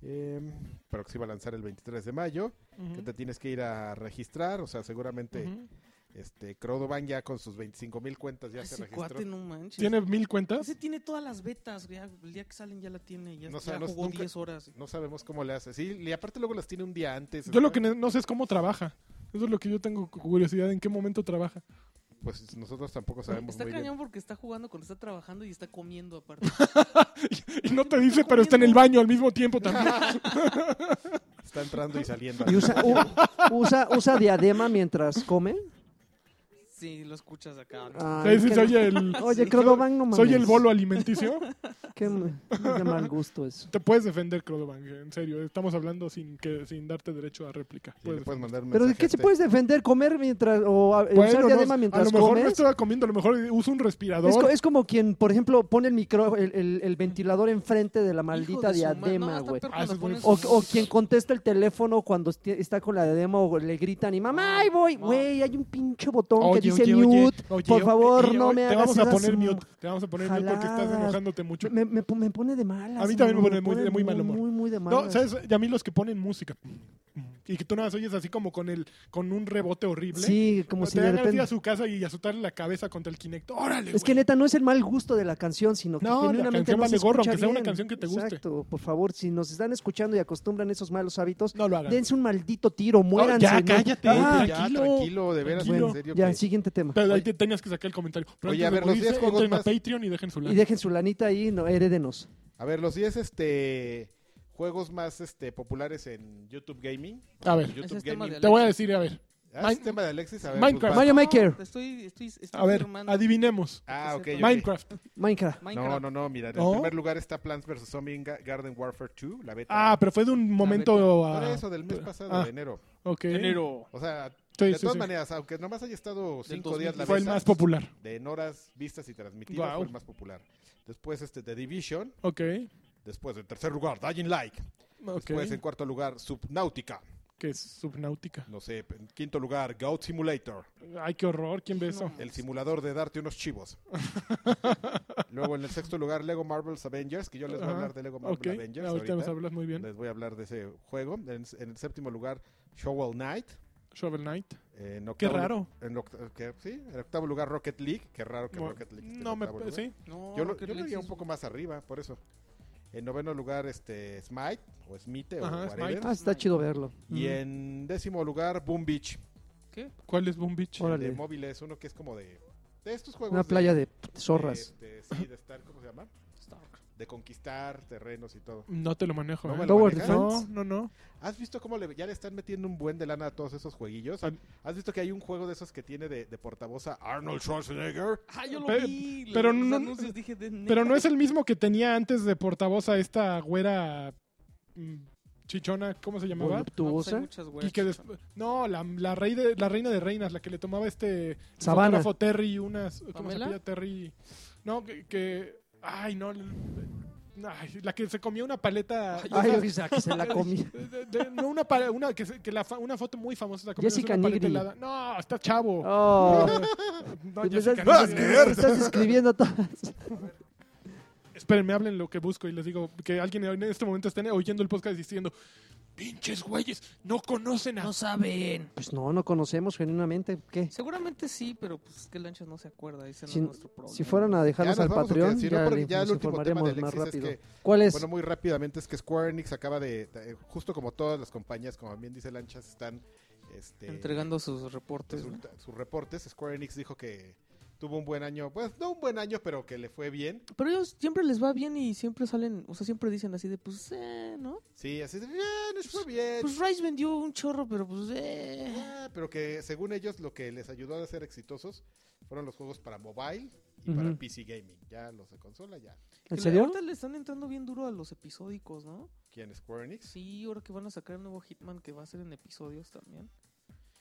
Em, pero que se iba a lanzar el 23 de mayo, que te tienes que ir a registrar, o sea, seguramente Ujú. este Crowdoban ya con sus 25 mil cuentas ya se Ese registró. cuate no manches. ¿Tiene mil cuentas? Ese tiene todas las betas, ya, el día que salen ya la tiene, ya, No, o ya sea, no- jugó nunca- 10 horas. No sabemos cómo le hace. Sí, y aparte luego las tiene un día antes. Yo lo ¿sabes? que ne- no sé es cómo trabaja. Eso es lo que yo tengo curiosidad, en qué momento trabaja. Pues nosotros tampoco sabemos Está muy bien. cañón porque está jugando cuando está trabajando y está comiendo aparte. Y no te dice, pero está en el baño al mismo tiempo también. Está entrando y saliendo. ¿Y usa, u- usa, usa diadema mientras come? Sí, lo escuchas acá. Ay, Ahí sí qué- soy el, Oye, Crodobank, no mames. soy el bolo alimenticio. Qué, qué mal gusto eso. Te puedes defender, Crodobank, en serio. Estamos hablando sin que sin darte derecho a réplica. Sí, le Puedes puedes mandar un Pero ¿de mensaje ¿qué a se este- puedes defender? ¿Comer mientras o a- Bueno, usar no, diadema a mientras lo mejor no comes? estaba comiendo, a lo mejor uso un respirador. Es, co- es como quien, por ejemplo, pone el, micro, el, el- el ventilador enfrente de la maldita diadema, güey. Ah, eso es muy- O, o quien contesta el teléfono cuando est- está con la diadema o le gritan y mamá, ahí voy, No. güey, hay un pinche botón Oye, que dice oye, oye, mute. oye, por oye, favor, oye, no oye, me Te hagas vamos a esas- poner mute. Te vamos a poner mute porque estás jaladas. enojándote mucho. Me, me, me pone de malas. A mí también me pone mano, muy- de muy mal humor. Muy, muy de malas. No, ¿sabes? Y a mí los que ponen música. Y que tú nada más oyes así como con el con un rebote horrible. Sí, como te si dan de ganas ir repente... a su casa y azotarle la cabeza contra el Kinect. ¡Órale, Es que güey! neta no es el mal gusto de la canción, sino que No, la genuinamente canción no se vale gorro, escucha aunque sea una bien. canción que te guste. Exacto, por favor, si nos están escuchando y acostumbran esos malos hábitos, No lo hagan. dense un maldito tiro, muéranse. ya, ¿no? cállate, este. Ah, Oye, ya, tranquilo, tranquilo, de veras, tranquilo. en serio. ya, que- siguiente tema. Pero ahí te tenías que sacar el comentario. Pero Oye, antes a de ver, los morirse, 10 juegos entren más- a Patreon y dejen su Y like. dejen su lanita ahí, no, herédenos. A ver, los 10 este, juegos más este, populares en YouTube Gaming. A ver, YouTube Ese es tema de te voy a decir, a ver. Ah, es Mine- tema de Alexis. A ver, pues, Minecraft. vas. Mario Maker, Estoy, estoy, estoy A ver, firmando. adivinemos. ah, ok. ok. Minecraft. Minecraft. No, Minecraft. no, no, mira. En ¿No? primer lugar está Plants vs. Zombie Ga- Garden Warfare 2, la beta. Ah, pero fue de un momento... Por ah, eso, del mes ah, pasado, de enero. ok. Enero. O sea, Sí, de sí, todas sí. maneras, aunque nomás haya estado Del 5 días la Fue el beta, más popular. de en horas vistas y transmitidas Guau. fue el más popular. Después este The Division, Ok. después en tercer lugar Dying Light, Ok. después en cuarto lugar Subnautica, Que es subnáutica. no sé, en quinto lugar Goat Simulator, Ay, qué horror. ¿Quién ve eso? No. el simulador de darte unos chivos. Luego en el sexto lugar Lego Marvel's Avengers, que yo les voy a Ajá. hablar de Lego Marvel Ok. Avengers Ahorita nos ahorita. hablas muy bien. Les voy a hablar de ese juego. En, en el séptimo lugar Shovel Knight. Shovel Knight. En Qué octavo- raro. En, oct- que- sí, en octavo lugar Rocket League, qué raro que Bueno, Rocket League esté en No me... octavo lugar. Sí. No, Oh, Yo lo, Rocket yo lo League veía es- un poco más arriba, por eso. En noveno lugar, este, Smite, o Smite, Ajá, o whatever. Smite. Ah, está chido verlo. Y Mm. en décimo lugar, Boom Beach. ¿Cuál es Boom Beach? Órale. De móviles, uno que es como de... De estos juegos... Una playa de zorras. de- de- sí, de estar, ¿cómo se llama? Stark. De conquistar terrenos y todo. No te lo manejo. No ¿eh? me lo Tower manejas? No, Defense. no, no. ¿Has visto cómo le- ya le están metiendo un buen de lana a todos esos jueguillos? Ah. ¿Has visto que hay un juego de esos que tiene de, de portavoz a Arnold Schwarzenegger? Ah, yo lo Pe- vi. le- pero los no- anuncios, dije, de neta. Pero no es el mismo que tenía antes de portavoz a esta güera mm, chichona, ¿cómo se llamaba? No, pues hay Voluptuosa. muchas Y güeyes. que des- no, la, la, rey de, la reina de reinas, la que le tomaba este Sabana. fotógrafo Terry unas... ¿Cómo se ¿Pamela? llama? Terry... No, que, que- Ay, no... l- ay, la que se comía una paleta... Ay, o sea, que se la comí. de- de- de- no, una, pala- una, que, se- que la fa- una foto muy famosa. la comía, Jessica una paleta Nigri. helada. No, está chavo. Oh, No, me Jessica estás, Nigri. me estás escribiendo todas. Espérenme, hablen lo que busco y les digo que alguien en este momento esté oyendo el podcast diciendo, pinches güeyes, no conocen a... No saben. Pues no, no conocemos genuinamente. ¿Qué? Seguramente sí, pero pues es que el ancho no se acuerda. Ese no Si- es nuestro problema. Si fueran a dejarnos Ya al nos vamos, Patreon, porque si no, ya, porque le- ya el nos último tema de informaremos más Alexis es rápido. que- ¿Cuál es? Bueno, muy rápidamente es que Square Enix acaba de, de- justo como todas las compañías, como bien dice Lanchas, están este, Entregando sus reportes. ¿no? resulta- sus reportes. Square Enix dijo que tuvo un buen año, pues no un buen año, pero que le fue bien. Pero ellos siempre les va bien y siempre salen, o sea, siempre dicen así de, pues, eh, ¿no? Sí, así de bien, les fue bien. Pues Rice vendió un chorro, pero pues, eh. Ah, pero que según ellos lo que les ayudó a ser exitosos fueron los juegos para mobile y para Ujú. PC gaming. Ya los de consola, ya. Que ¿En le- serio? Ahorita le están entrando bien duro a los episódicos, ¿no? ¿Quién Square Enix? Sí, ahora que van a sacar el nuevo Hitman que va a ser en episodios también.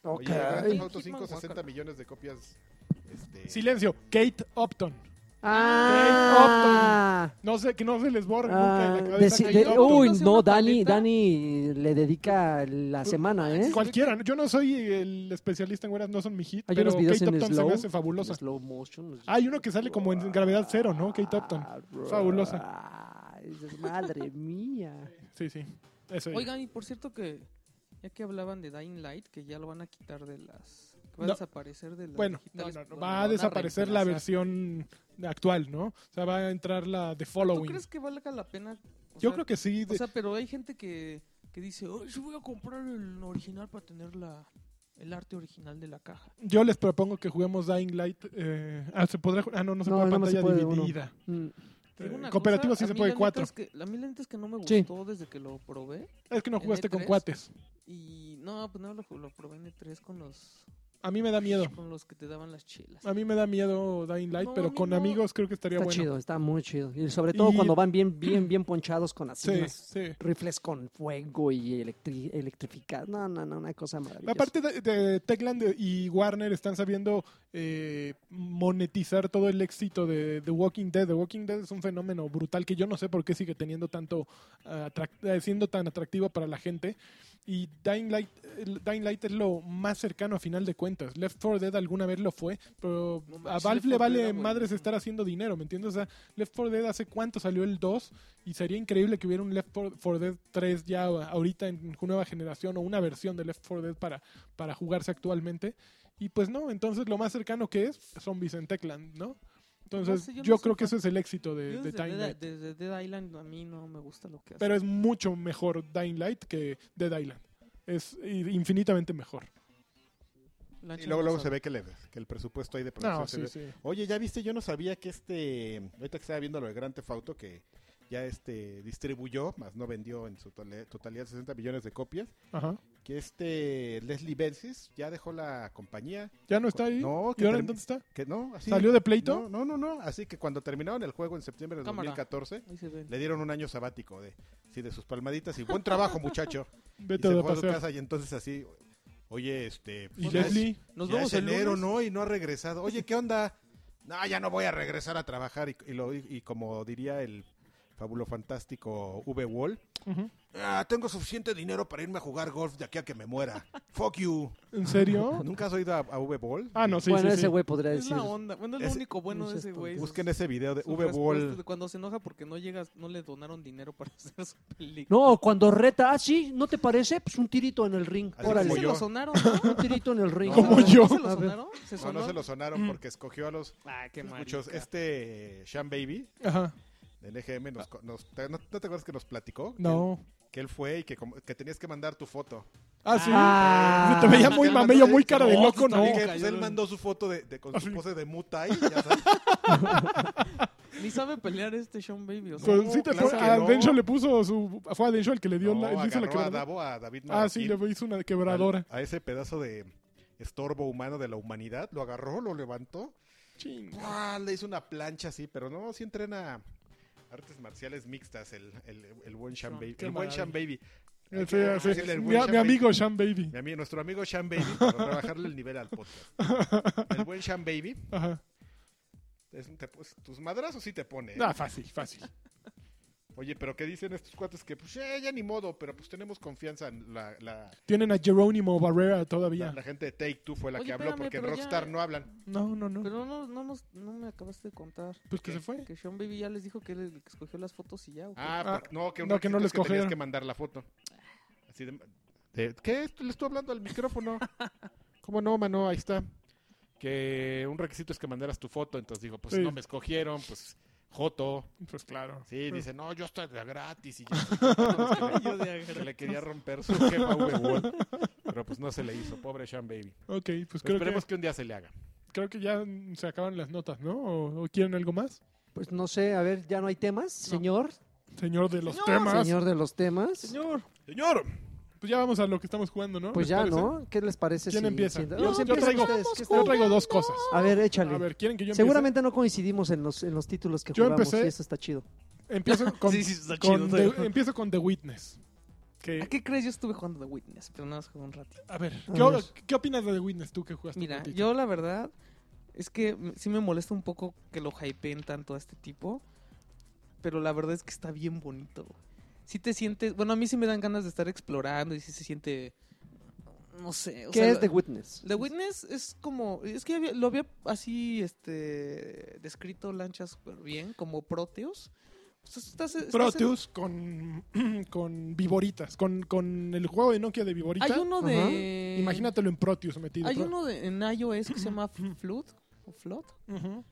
Oye, Ok. Grand Theft Auto Hitman 5, 60 Guacala. millones de copias. Este, Silencio, Kate Upton. Ah, No sé, que no se les borre nunca en ah, la cabeza. deci- Kate de- Upton. uy, Entonces, no, una Dani, paleta. Dani le dedica la semana, ¿eh? Cualquiera, ¿no? yo no soy el especialista en güeras, no son mi hit, Hay pero unos videos Kate en Upton se slow, me hace fabulosa. en slow motion. Hay uno que sale como en gravedad cero, ¿no? Kate Upton. Ah, bro. Fabulosa. Dices, Madre mía. Sí, sí. Eso es. Oigan, y por cierto que ya que hablaban de Dying Light, que ya lo van a quitar de las... que va a No. desaparecer de las Bueno, no, digitales, no, no, donde va van a desapareemplazar. desaparecer la reemplazar. versión actual, ¿no? O sea, va a entrar la de ¿Tú Following. crees que valga la pena? O Yo sea, creo que sí. de- O sea, pero hay gente que, que dice, "Ay, yo voy a comprar el original para tener la, el arte original de la caja. Yo les propongo que juguemos Dying Light. eh, ah, se podrá. ju- Ah, no, no se No, puede nada más se pantalla puede uno. dividida. Mm. Te digo Eh, una Cooperativo cosa, sí a se mí puede la neta cuatro. es que- la mí la neta es que no me Sí. gustó desde que lo probé. Es que no en jugaste con E3. cuates. Y no, pues no lo, lo probé en E3 con los, A mí me da miedo. Ah, con los que te daban las chelas. A mí me da miedo Dying Light, No, a pero mí con no. amigos creo que estaría Está bueno. chido, está muy chido. Y sobre todo Y- cuando van bien, bien, bien ponchados con así Sí, unas sí. rifles con fuego y electri electrificados. No, no, no, una cosa maravillosa. Aparte de, de Techland y Warner están sabiendo eh, monetizar todo el éxito de The Walking Dead. The Walking Dead es un fenómeno brutal que yo no sé por qué sigue teniendo tanto ah, atrac- eh, siendo tan atractivo para la gente. Y Dying Light, el Dying Light es lo más cercano a final de cuentas. Left 4 Dead alguna vez lo fue, pero No a manches, Valve Left le 4 Dead vale era madres buenísimo. estar haciendo dinero, ¿me entiendes? O sea, Left 4 Dead hace cuánto salió el 2 y sería increíble que hubiera un Left 4 Dead 3 ya ahorita en nueva generación o una versión de Left 4 Dead para, para jugarse actualmente. Y pues no, entonces lo más cercano que es Zombies en Techland, ¿no? Entonces sé, yo, yo no creo soy que fan. eso es el éxito de, Yo de desde, Dying Dead, Light. desde Dead Island a mí no me gusta lo que hace. Pero es mucho mejor Dying Light que Dead Island. Es i- infinitamente mejor. Lancha Y luego, no luego sabe. se ve que, le, que el presupuesto ahí Pues de producción No, se sí, ve- sí. Oye, ya viste, yo no sabía que este, ahorita que estaba viendo lo de Gran Auto que ya este distribuyó, más no vendió en su tole- totalidad 60 millones de copias, Ajá. que este Leslie Benzies ya dejó la compañía, ¿Ya no está ahí? No, ¿Y que ahora termi- entonces está? que no, así ¿Salió de pleito? No, no, no, no, así que cuando terminaron el juego en septiembre de Cámara. 2014, Ahí se ve. le dieron un año sabático de sí, de sus palmaditas y buen trabajo, muchacho. y Vete se de fue a su paseo. casa y entonces así, oye, este ¿Y ya es- Leslie? Nos ya vemos es el enero, lunes. ¿no? Y no ha regresado. Oye, ¿qué onda? No, ya no voy a regresar a trabajar. Y, y lo- y como diría el fabulo fantástico V. Wall, Ujú. "Ah, tengo suficiente dinero para irme a jugar golf de aquí a que me muera. Fuck you. ¿En serio? ¿Nunca has oído a, a V. Wall? Ah, no, sí, bueno, sí, ese sí. güey podría Es decir. la onda. Bueno, es lo Ese- único bueno de ese ese güey. Busquen ese video de Su V. respuesta Wall. de Cuando se enoja porque no llegas, no le donaron dinero para hacer su película. No, cuando reta, ah, sí, ¿no te parece? Pues un tirito en el ring. Así Órale. como se yo. lo sonaron, ¿no? Un tirito en el ring. Como A ver. yo. ¿No se lo A ver. sonaron? ¿Se No, sonó? no se lo sonaron porque escogió a los Ah, qué muchos. marica. Este Sean Baby Ajá. del EGM nos, co- nos- ¿te- no, no te acuerdas que nos platicó? Que él- No. Que, él fue y que, como- que tenías que mandar tu foto. Ah, sí. Ah. Se te veía muy Él mandó- mamello, muy cara de No, loco, no. Y que, pues, Cayó él en- mandó su foto de, de- con Así. su pose de Mutai. Ya sabes. Ni sabe pelear este Sean Baby. O sea, Con- Pues, sí te claro fue- que a no. Dencho le puso su. Fue a Dencho el que le dio No, la, él hizo la agarró a quebradora. Davo, a David Ah, sí, Marroquín, le hizo una al- quebradora. A ese pedazo de estorbo humano de la humanidad. Lo agarró, lo levantó. Ching. ¡buah! Le hizo una plancha así, pero no, sí entrena artes marciales mixtas el, el, el buen Sean Baby. Ah, Qué El buen maravilla. Sean Baby. Sí, Hay sí. que decirle Ah, el buen Mi, mi Sean Baby. Eh. amigo Sean Baby. Mi amigo, nuestro amigo Sean Baby, para rebajarle el nivel al podcast. El buen Sean Baby, Ajá. es un- te- pues, tus madrazos sí te pone. ¿eh? Ah, fácil, fácil. Oye, pero ¿qué dicen estos cuates? Que pues eh, ya ni modo, pero pues tenemos confianza en la, la, Tienen a Jerónimo Barrera la, todavía. la gente de Take Two fue la Oye, que habló, espérame, porque en pero ya- Rockstar no hablan. No, no, no. Pero no, no, nos- no me acabaste de contar. Pues que se fue. Que Sean Baby ya les dijo que él el que escogió las fotos y ya. ¿o qué? Ah, Ah, porque- no, que un no, que requisito no les es tenías cogieron. que mandar la foto. Así de, de- ¿Qué? Esto- Le estoy hablando al micrófono. ¿Cómo no, mano? Ahí está. Que un requisito es que mandaras tu foto, entonces digo, pues Sí. no me escogieron, pues Joto. Pues claro. Sí, dice, no, yo estoy de gratis y ya. Ah, Yo de que agarrar. le quería romper su jefa V-Wall. Pero pues no se le hizo, pobre Sean Baby. Ok, pues Pero creo esperemos que, que... un día se le haga. creo que ya mm, se acaban las notas, ¿no? ¿O, o quieren algo más? Pues no sé, a ver, ya no hay temas, señor. Señor de los Señor, temas. Señor de los temas. Señor, Señor, Pues ya vamos a lo que estamos jugando, ¿no? Pues ¿Les ya, parece? ¿no? ¿Qué les parece? ¿Quién si- empieza? si- Yo- No, yo empiezan traigo- ustedes, ¿qué Yo están- traigo dos cosas. A ver, échale. A ver, ¿quieren que yo empiece? Seguramente no coincidimos en los, en los títulos que Yo jugamos empecé- y eso está chido. Empiezo con, Sí, sí, está con chido, The- está bien. empiezo con The Witness. Que, ¿a qué crees? Yo estuve jugando The Witness, pero nada más jugué un ratito. a ver, A ¿qué, ver. ¿qué opinas de The Witness tú que jugaste? un Mira, ratito? yo la verdad Es que m- sí me molesta un poco que lo hypeen tanto a este tipo. Pero la verdad es que está bien bonito. Si te sientes. Bueno, a mí sí me dan ganas de estar explorando y sí se siente. No sé. o ¿Qué sea, es The Witness? The Witness es como. Es que había- lo había así este, descrito Lanchas súper bien, como Proteus. Pues estás- estás en- Proteus con, con viboritas, con, con el juego de Nokia de viborita. Hay uno de. Ajá. Imagínatelo en Proteus metido. Hay Pro- uno de- en iOS que se llama Flood. ¿O Flood? Ujú.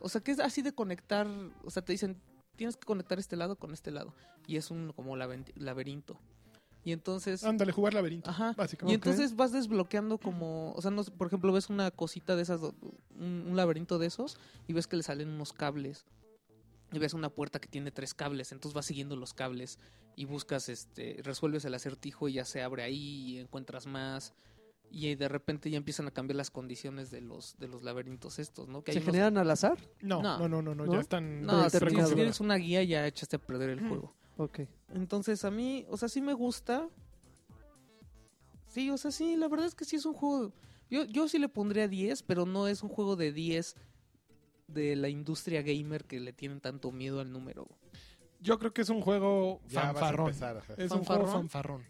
O sea, que es así de conectar. O sea, te dicen, tienes que conectar este lado con este lado. Y es un como laben- laberinto. Y entonces. Ándale, jugar laberinto. Ajá. Y Básicamente. entonces vas desbloqueando como, o sea, no, sé, por ejemplo, ves una cosita de esas, do- un, un laberinto de esos, y ves que le salen unos cables. Y ves una puerta que tiene tres cables, entonces vas siguiendo los cables y buscas, este, resuelves el acertijo y ya se abre ahí y encuentras más. Y de repente ya empiezan a cambiar las condiciones de los, de los laberintos estos, ¿no? Que hay ¿Se unos- generan al azar? No, No. no, no, no, no, ¿No? ya están. No, preconcebido. si tienes- si preconfiguradas. tienes una guía ya echaste a perder el Mm. juego. Ok. Entonces a mí, o sea, sí me gusta. Sí, o sea, sí, la verdad es que sí es un juego. Yo, yo sí le pondría 10, pero no es un juego de 10 de la industria gamer que le tienen tanto miedo al número. Yo creo que es un juego Ya vas a fanfarrón. Eh, empezar, ajá. Es un ¿Fanfarrón? juego fanfarrón.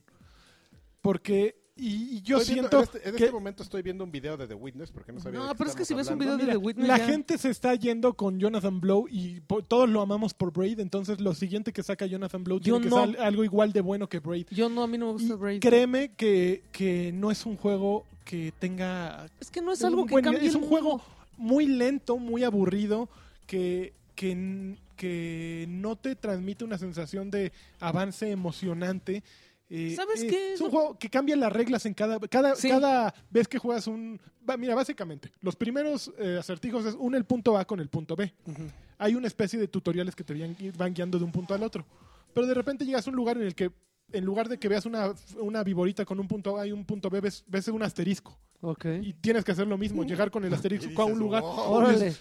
Porque. Y, y yo Estoy viendo- siento en este, en que este momento estoy viendo un video de The Witness porque no sabía. de No, qué pero es que si estábamos ves un video hablando. de The Witness. la ya- gente se está yendo con Jonathan Blow y po- todos lo amamos por Braid. Entonces, lo siguiente que saca Jonathan Blow Yo tiene que no. ser algo igual de bueno que Braid. Yo no, a mí no me Y gusta Braid. créeme que, que no es un juego que tenga Es que no es un algo que buen- cambie. Oh, es el un juego mundo. muy lento, muy aburrido, que, que, n- que no te transmite una sensación de avance emocionante. Eh, ¿Sabes eh, qué? Es un juego que cambia las reglas en cada cada, Sí. cada vez que juegas un... va, mira, básicamente, los primeros eh, acertijos es une el punto A con el punto B. Hay una especie de tutoriales que te van, van guiando de un punto al otro. Pero de repente llegas a un lugar en el que, en lugar de que veas una, una viborita con un punto A y un punto B, ves, ves un asterisco. Ok. Y tienes que hacer lo mismo, llegar con el asterisco Y a un dices, lugar. "Oh, Órale.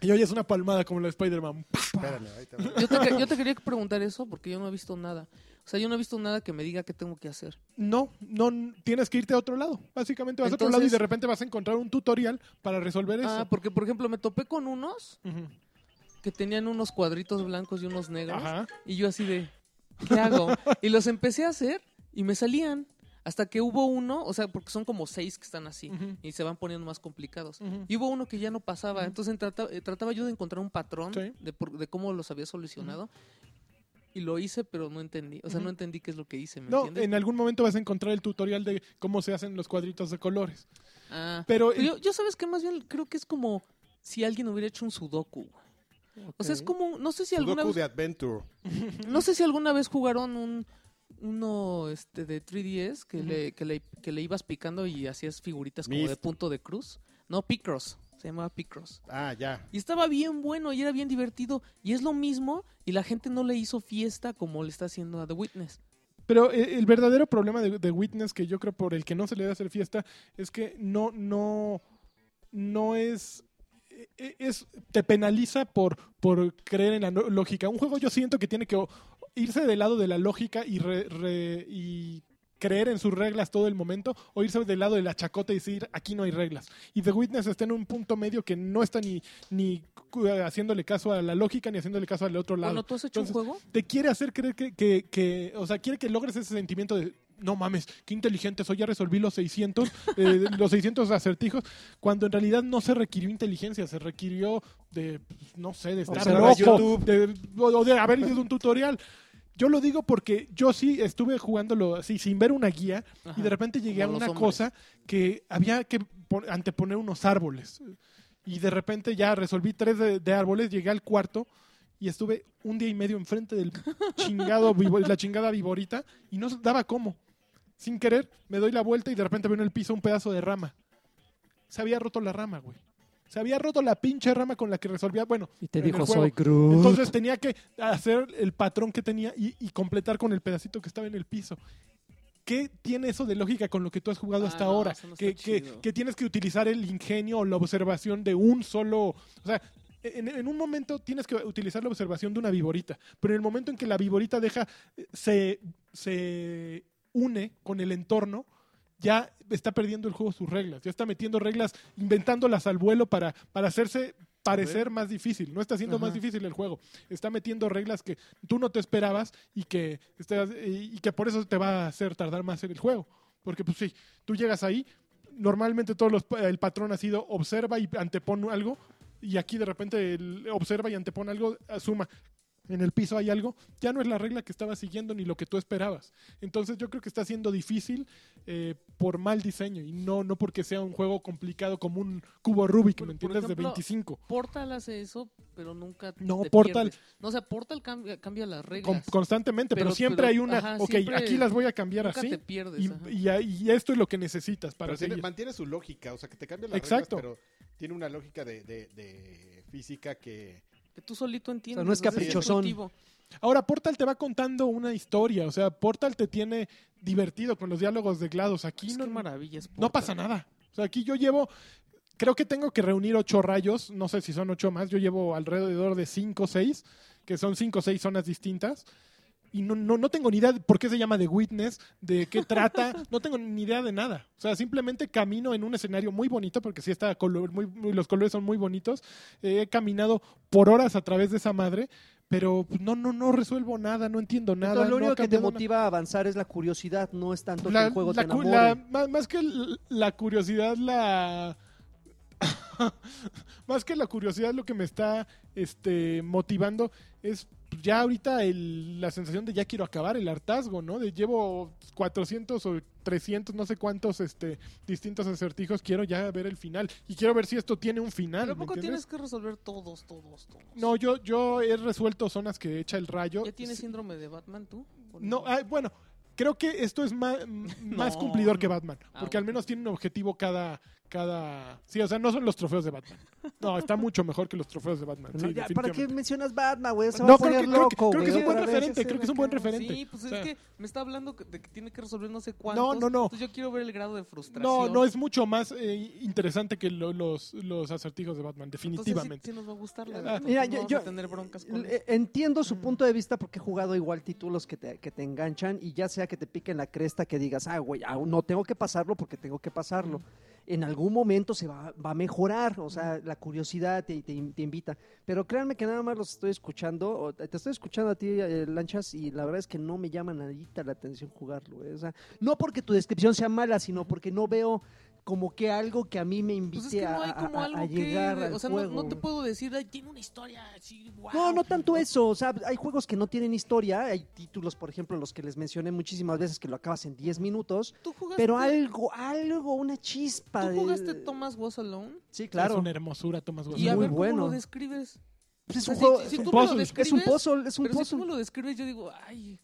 Y oyes una palmada como la de Spider-Man. espérame, ahorita voy". Yo te, que- yo te quería preguntar eso porque yo no he visto nada. O sea, yo no he visto nada que me diga qué tengo que hacer. No, no n- tienes que irte a otro lado. Básicamente vas a otro lado y Entonces- de repente vas a encontrar un tutorial para resolver eso. Ah, pues, porque por ejemplo me topé con unos Ujú. que tenían unos cuadritos blancos y unos negros. Ajá. Y yo así de, ¿qué hago? y los empecé a hacer y me salían. Hasta que hubo uno, o sea, porque son como seis que están así Ujú. y se van poniendo más complicados. Ujú. Y hubo uno que ya no pasaba. Entonces trata- eh, trataba yo de encontrar un patrón Sí. de, por- de cómo los había solucionado. Y lo hice, pero no entendí. O sea, no entendí qué es lo que hice, ¿me No, entiendes? en algún momento vas a encontrar el tutorial de cómo se hacen los cuadritos de colores. Ah, Pero Pero yo, yo sabes que más bien creo que es como si alguien hubiera hecho un sudoku. O sea, es Ok. como, no sé si alguna Sudoku vez de Adventure. No sé si alguna vez jugaron un uno este de 3DS que, Ujú. le, que, le, que le ibas picando y hacías figuritas como Myst. de punto de cruz. No, Picross. Se llamaba Picross. Ah, ya. Y estaba bien bueno y era bien divertido. Y es lo mismo y la gente no le hizo fiesta como le está haciendo a The Witness. Pero eh, el verdadero problema de, de Witness, que yo creo por el que no se le debe hacer fiesta, es que no, no, no es, e- e- es te penaliza por, por creer en la no- lógica. Un juego yo siento que tiene que o- irse del lado de la lógica y, re- re- y creer en sus reglas todo el momento, o irse del lado de la chacota y decir, aquí no hay reglas. Y The Witness está en un punto medio que no está ni, ni cu- haciéndole caso a la lógica ni haciéndole caso al otro lado Bueno, ¿tú has hecho Entonces, un juego? te quiere hacer creer que, que, que- o sea, quiere que logres ese sentimiento de, no mames, qué inteligente soy, ya resolví los 600, eh, los 600 acertijos, cuando en realidad no se requirió inteligencia, se requirió de, pues, no sé, de estar Observar loco, de- o o de haber ido un tutorial. Yo lo digo porque yo sí estuve jugándolo así, sin ver una guía, y de Ajá. repente llegué a Como los una hombres. cosa que había que pon- anteponer unos árboles. Y de repente ya resolví tres de, de árboles, llegué al cuarto y estuve un día y medio enfrente del chingado vivo- la chingada viborita y no daba cómo. Sin querer, me doy la vuelta y de repente veo en el piso un pedazo de rama. Se había roto la rama, güey. Se había roto la pinche rama con la que resolvía. Bueno, Y te en el dijo, juego. soy Groot. entonces tenía que hacer el patrón que tenía y, y completar con el pedacito que estaba en el piso. ¿Qué tiene eso de lógica con lo que tú has jugado Ah, hasta no, ahora? eso no está que, que- chido. que tienes que utilizar el ingenio o la observación de un solo... O sea, en, en un momento tienes que utilizar la observación de una viborita, pero en el momento en que la viborita deja, eh, se, se une con el entorno, ya está perdiendo el juego sus reglas, ya está metiendo reglas, inventándolas al vuelo para, para hacerse parecer más difícil, no está haciendo más Ajá. difícil el juego, está metiendo reglas que tú no te esperabas y que, estás- y y que por eso te va a hacer tardar más en el juego, porque pues sí, tú llegas ahí, normalmente todos los, el patrón ha sido observa y antepone algo, y aquí de repente el- observa y antepone algo, ah, suma. En el piso hay algo, ya no es la regla que estabas siguiendo ni lo que tú esperabas. Entonces yo creo que está siendo difícil eh, por mal diseño y no, no porque sea un juego complicado como un cubo Rubik, Por- ¿me por entiendes? de ejemplo, 25. Portal hace eso, pero nunca. No, te Portal- pierdes. No, o sea, Portal cambia, cambia las reglas. Con- constantemente, pero, Pero- siempre pero, hay una, ajá, ok, siempre- aquí las voy a cambiar nunca así te pierdes. y, ajá. y ahí- y esto es lo que necesitas para pero tiene- seguir. mantiene su lógica, o sea, que te cambia las Exacto. reglas, pero tiene una lógica de, de- de física que... que tú solito entiendes. O sea, no es caprichosón. intuitivo. Ahora, Portal te va contando una historia, o sea, Portal te tiene divertido con los diálogos de GLaDOS. Aquí Pues no, qué maravilla es no Portal. pasa nada. O sea, aquí yo llevo, creo que tengo que reunir ocho rayos, no sé si son ocho más, yo llevo alrededor de cinco o seis, que son cinco o seis zonas distintas. Y no, no, no tengo ni idea de por qué se llama The Witness, de qué trata, no tengo ni idea de nada. O sea, simplemente camino en un escenario muy bonito, porque sí está color, muy, muy- los colores son muy bonitos. Eh, he caminado por horas a través de esa madre, pero pues, no, no, no resuelvo nada, no entiendo nada. Entonces, Pues, lo no ha único que te cambiado nada. motiva a avanzar es la curiosidad, no es tanto que el juego te cu- enamore. la- más, más que l- la curiosidad, la. más que la curiosidad, lo que me está este, motivando es ya ahorita el- la sensación de ya quiero acabar el hartazgo, ¿no? De llevo 400 o 300, no sé cuántos este, distintos acertijos, quiero ya ver el final. Y quiero ver si esto tiene un final. Pero ¿a ¿me poco entiendes? tienes que resolver todos, todos, todos. No, yo, yo he resuelto zonas que echa el rayo. ¿Ya tienes Sí. síndrome de Batman tú? ¿O No, ah, bueno, creo que esto es ma- m- más No, cumplidor no. que Batman. Ah, Porque al bueno. menos tiene un objetivo cada, cada. Sí, o sea, no son los trofeos de Batman. No, está mucho mejor que los trofeos de Batman. No, sí, ya, ¿Para qué definitivamente. mencionas Batman, güey? Se va No, a creo poner que, creo que- loco, creo que es güey, un buen otra vez, referente. ese Creo que es un güey buen acá. referente. Sí, pues O sea, es que me está hablando que- de que tiene que resolver no sé cuántos. no, no. Entonces yo quiero ver el grado de No, frustración. no es mucho más eh, interesante que lo- los, los acertijos de Batman, Entonces, sí- definitivamente. sí nos va a gustar la Ah. verdad, Mira, no yo, vamos yo- a tener broncas con eh, eso. entiendo su Mm. punto de vista porque he jugado igual títulos que te, que te enganchan y ya sea que te piquen la cresta que digas, ah, güey, ah, no tengo que pasarlo porque tengo que pasarlo. En algún momento se va, va a mejorar, o sea, la curiosidad te, te, te invita. Pero créanme que nada más los estoy escuchando, o te te estoy escuchando a ti, eh, Lanchas, y la verdad es que no me llama nadita la atención jugarlo. eh, o sea, no porque tu descripción sea mala, sino porque no veo como que algo que a mí me invite Pues es que no hay a, a- como a- algo a llegar que... al O sea, no- juego, no, güey. te puedo decir, ay, tiene una historia así, wow. No, no tanto eso. O sea, hay juegos que no tienen historia. Hay títulos, por ejemplo, los que les mencioné muchísimas veces que lo acabas en 10 minutos. ¿Tú jugaste, Pero algo, algo, una chispa. Pues ¿tú de- jugaste Thomas Was Alone? Sí, Es claro. una hermosura, Thomas Watson. Y a muy ver bueno. cómo lo describes. Pues es O un sea, juego. si- es si un tú me lo puzzle, Es un describes, puzzle, es un Pero si tú puzzle. me lo describes, yo digo, ay,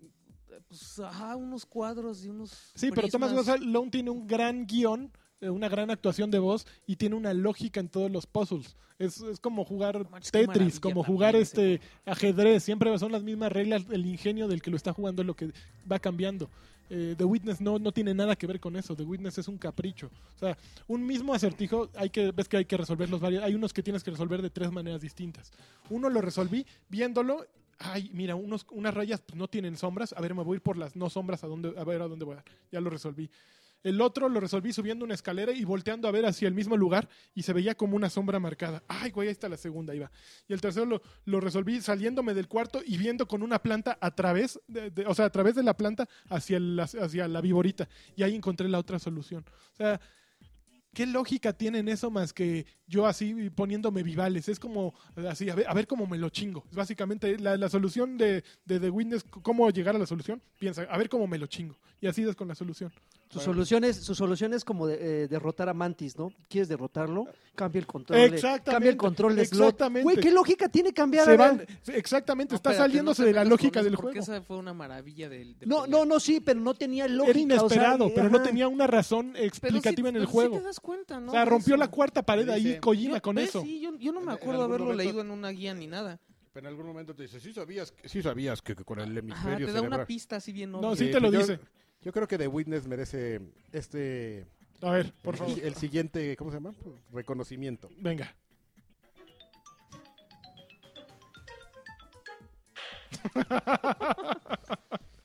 eh, pues, ajá, unos cuadros y unos Sí, pero Thomas prismas. Gonzalez tiene un gran guión, eh, una gran actuación de voz y tiene una lógica en todos los puzzles. Es, es como jugar manches, qué Tetris, maravilla como también jugar ese este ajedrez. Siempre son las mismas reglas. El ingenio del que lo está jugando es lo que va cambiando. Eh, The Witness no, no tiene nada que ver con eso. The Witness es un capricho. O sea, un mismo acertijo, hay que, ves que hay que resolverlos varios. Hay unos que tienes que resolver de tres maneras distintas. Uno lo resolví viéndolo. Ay, mira, unos, unas rayas pues, no tienen sombras. A ver, me voy a ir por las no sombras a, dónde, a ver a dónde voy a dar. Ya lo resolví. El otro lo resolví subiendo una escalera y volteando a ver hacia el mismo lugar y se veía como una sombra marcada. Ay, güey, ahí está la segunda, iba. Y el tercero lo, lo resolví saliéndome del cuarto y viendo con una planta a través, de, de- o sea, a través de la planta hacia, el- hacia la viborita. Y ahí encontré la otra solución. O sea, ¿qué lógica tiene en eso más que yo así poniéndome vivales? Es como así, a ver, a ver cómo me lo chingo. Es básicamente la, la solución de, de The Witness, c- cómo llegar a la solución. Piensa, a ver cómo me lo chingo. Y así es con la solución. Su solución es, su solución es como de- eh, derrotar a Mantis, ¿no? ¿Quieres derrotarlo? Cambia el control. de- Exactamente, Cambia el control de slot. exactamente. Güey, ¿qué lógica tiene cambiar? Se a- van, exactamente, No, está Ah, espérate, saliéndose no te de la metas lógica con del eso, juego. Porque esa fue una maravilla del... de No, pelea. no, no, sí, pero no tenía lógica. Era o sea, inesperado, pero no ajá. tenía una razón Pero sí- explicativa en el pero sí juego. te das cuenta, ¿no? o sea, De rompió eso. la cuarta pared ahí Dice, Kojima Yo- con ¿ves? eso. Sí, yo, yo no me En- en acuerdo algún haberlo momento- leído en una guía ni nada. Pero en algún momento te dice, sí sabías que, sí sabías que, que con el Ajá, hemisferio te da una cerebral- pista así bien obvia. No, sí Eh, te lo yo- dice. Yo creo que The Witness merece este... A ver, por el- favor. El siguiente, ¿cómo se llama? Reconocimiento. Venga.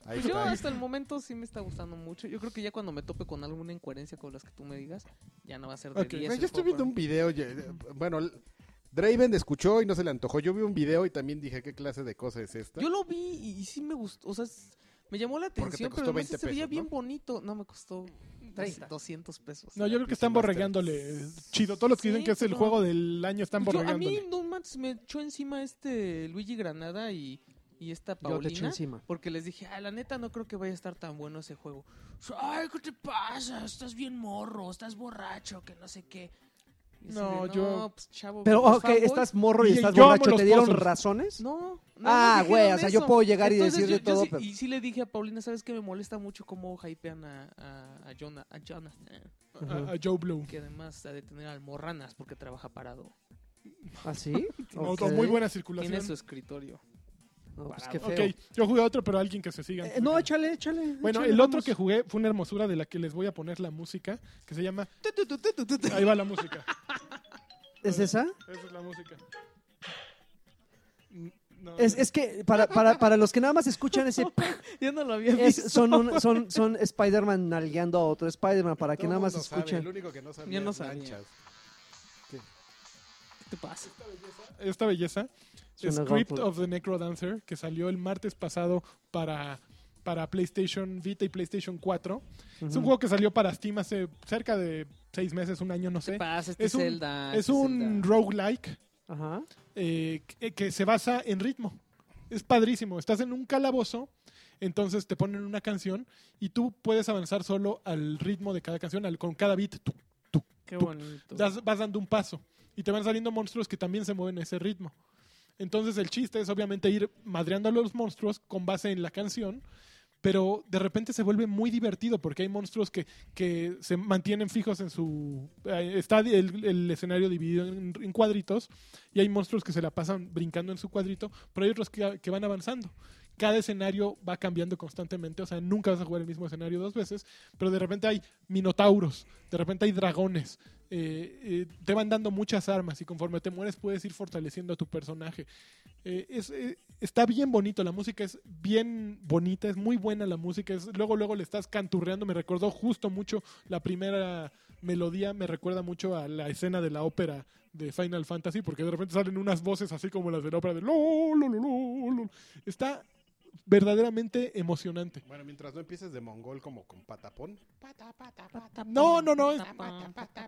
Ahí Pues yo está. hasta el momento sí me está gustando mucho. Yo creo que ya cuando me tope con alguna incoherencia con las que tú me digas, ya no va a ser de Ok, 10. güey, el Yo estoy juego viendo para un video. ya- ya- Bueno, l- Draven escuchó y no se le antojó. Yo vi un video y también dije, ¿qué clase de cosa es esta? mí. Yo lo vi y, y sí me gustó. O sea, es- me llamó la Porque te atención, pero costó además 20 se veía pesos, bien ¿no? bonito. No, me costó 30. 200 pesos. No, yo creo que están Master. borregándole. Chido, todos los que Sí, dicen que es el pero- juego del año están Yo- a borregándole. mí, no manches, me echó encima este Luigi Granada y, y esta Yo te echo Paulina. encima. Porque les dije, ah, la neta no creo que vaya a estar tan bueno ese juego. Ay, ¿qué te pasa? Estás bien morro, estás borracho, que no sé qué. Y así No, de, yo- pues, chavo, Pero, los ok, fanboys- estás morro y Y estás yo amo borracho. los ¿Te dieron pozos. razones? No. no, Ah, no dijeron güey, o sea, yo eso. puedo llegar y decir de yo- yo todo, sí- pero- Y sí le dije a Paulina, ¿sabes qué? Me molesta mucho cómo hypean a, a, a, Jonah- a Jonathan. A, a Joe Blow. Que además ha de tener almorranas porque trabaja parado. ¿Así? No, no, Muy buena circulación. Tiene su escritorio. pues qué Ok, feo. yo jugué a otro, pero alguien que se siga. Eh, no, échale, échale. Bueno, échale, el otro vamos. que jugué fue una hermosura de la que les voy a poner la música, que se llama... Ahí va la música. ¿Es esa? Esa es la música. No, Es, no. es que para, para, para los que nada más escuchan ese... Yo no lo había es- visto. son un- son, son Spider-Man nalgueando a otro Spider-Man para que Todo nada más mundo sabe, escuchen. El único que no sabía Yo no es sabía. Lanchas. ¿Qué te pasa? Esta belleza, Suena Script guapo. of the Necrodancer, que salió el martes pasado para, para PlayStation Vita y PlayStation 4. Es un Ujú. juego que salió para Steam hace cerca de seis meses, un año, no sé. ¿Qué pasa? Este Es un, Zelda. es este un Zelda. roguelike Ajá. eh, que, que se basa en ritmo. Es padrísimo. Estás en un calabozo, entonces te ponen una canción y tú puedes avanzar solo al ritmo de cada canción, al- con cada beat. Tú Qué bonito. das- vas dando un paso y te van saliendo monstruos que también se mueven a ese ritmo. Entonces el chiste es obviamente ir madreando a los monstruos con base en la canción, pero de repente se vuelve muy divertido porque hay monstruos que, que se mantienen fijos en su... eh, Está el, el escenario dividido en, en cuadritos y hay monstruos que se la pasan brincando en su cuadrito, pero hay otros que, que van avanzando. Cada escenario va cambiando constantemente, o sea, nunca vas a jugar el mismo escenario dos veces, pero de repente hay minotauros, de repente hay dragones, eh, eh, te van dando muchas armas y conforme te mueres puedes ir fortaleciendo a tu personaje. Eh, es, eh, está bien bonito, la música es bien bonita, es muy buena la música, es, luego luego le estás canturreando, me recordó justo mucho la primera melodía, me recuerda mucho a la escena de la ópera de Final Fantasy, porque de repente salen unas voces así como las de la ópera de lo, lo, lo, lo, lo. Está verdaderamente emocionante. Bueno, mientras no empieces de mongol como con patapón. No, no, no, es-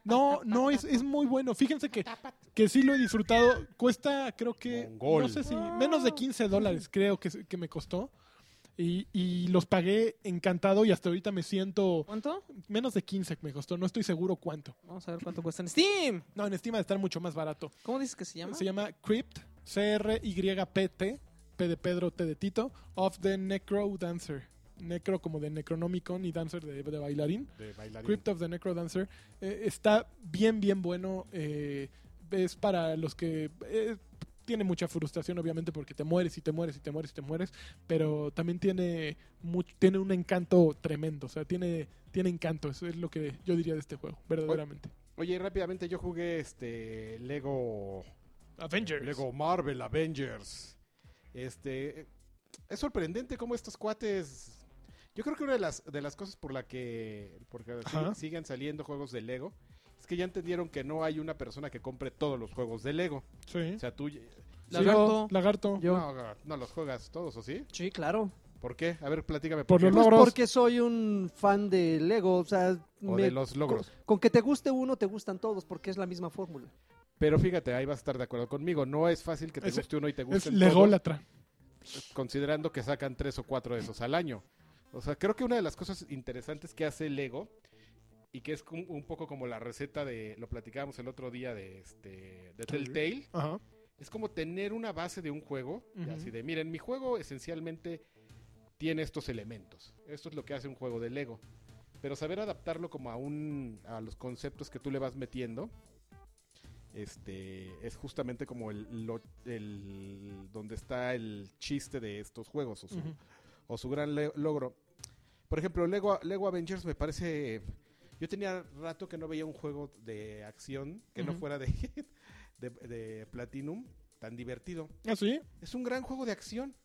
No, no, es, es muy bueno. Fíjense que, que sí lo he disfrutado. Cuesta, creo que, Mongol. no sé si, menos de 15 dólares creo que, se- que me costó. Y, y los pagué encantado y hasta ahorita me siento ¿Cuánto? menos de 15 me costó, no estoy seguro cuánto. Vamos a ver cuánto cuesta en Steam. No, en estima de estar mucho más barato. ¿Cómo dices que se llama? Se llama Crypt, C-R-Y-P-T, P de Pedro, T de Tito, of the Necro Dancer. Necro como de Necronomicon y Dancer de, de bailarín. De bailarín. Crypt of the Necrodancer eh, está bien, bien bueno. eh, es para los que... eh, tiene mucha frustración, obviamente, porque te mueres y te mueres y te mueres y te mueres, pero también tiene, much- tiene un encanto tremendo, o sea, tiene, tiene encanto, eso es lo que yo diría de este juego, verdaderamente. Oye, y rápidamente yo jugué este Lego Avengers. Lego Marvel Avengers. Este es sorprendente cómo estos cuates yo creo que una de las de las cosas por la que porque Ajá. siguen saliendo juegos de Lego es que ya entendieron que no hay una persona que compre todos los juegos de Lego. Sí. O sea, tú Lagarto. Lagarto. Yo. no, no los juegas todos, ¿o sí? Sí, claro. ¿Por qué? A ver, platícame. Por qué? los Pues logros. porque soy un fan de Lego, o sea... O me- de los logros. Con, con que te guste uno, te gustan todos, porque es la misma fórmula. Pero fíjate, ahí vas a estar de acuerdo conmigo. No es fácil que te Es- guste uno y te Es guste lególatra. considerando que sacan tres o cuatro de esos al año. O sea, creo que una de las cosas interesantes que hace Lego y que es un, un poco como la receta de lo platicábamos el otro día de este de Telltale, Ajá. es como tener una base de un juego, y Ujú. así de, miren, mi juego esencialmente tiene estos elementos. Esto es lo que hace un juego de Lego. Pero saber adaptarlo como a un a los conceptos que tú le vas metiendo este es justamente como el, lo- el- donde está el chiste de estos juegos o su, Ujú. o su gran le- logro. Por ejemplo, Lego, Lego Avengers me parece. Yo tenía rato que no veía un juego de acción que no Ujú. fuera de, de, de Platinum tan divertido. Ah, sí. Es un gran juego de acción.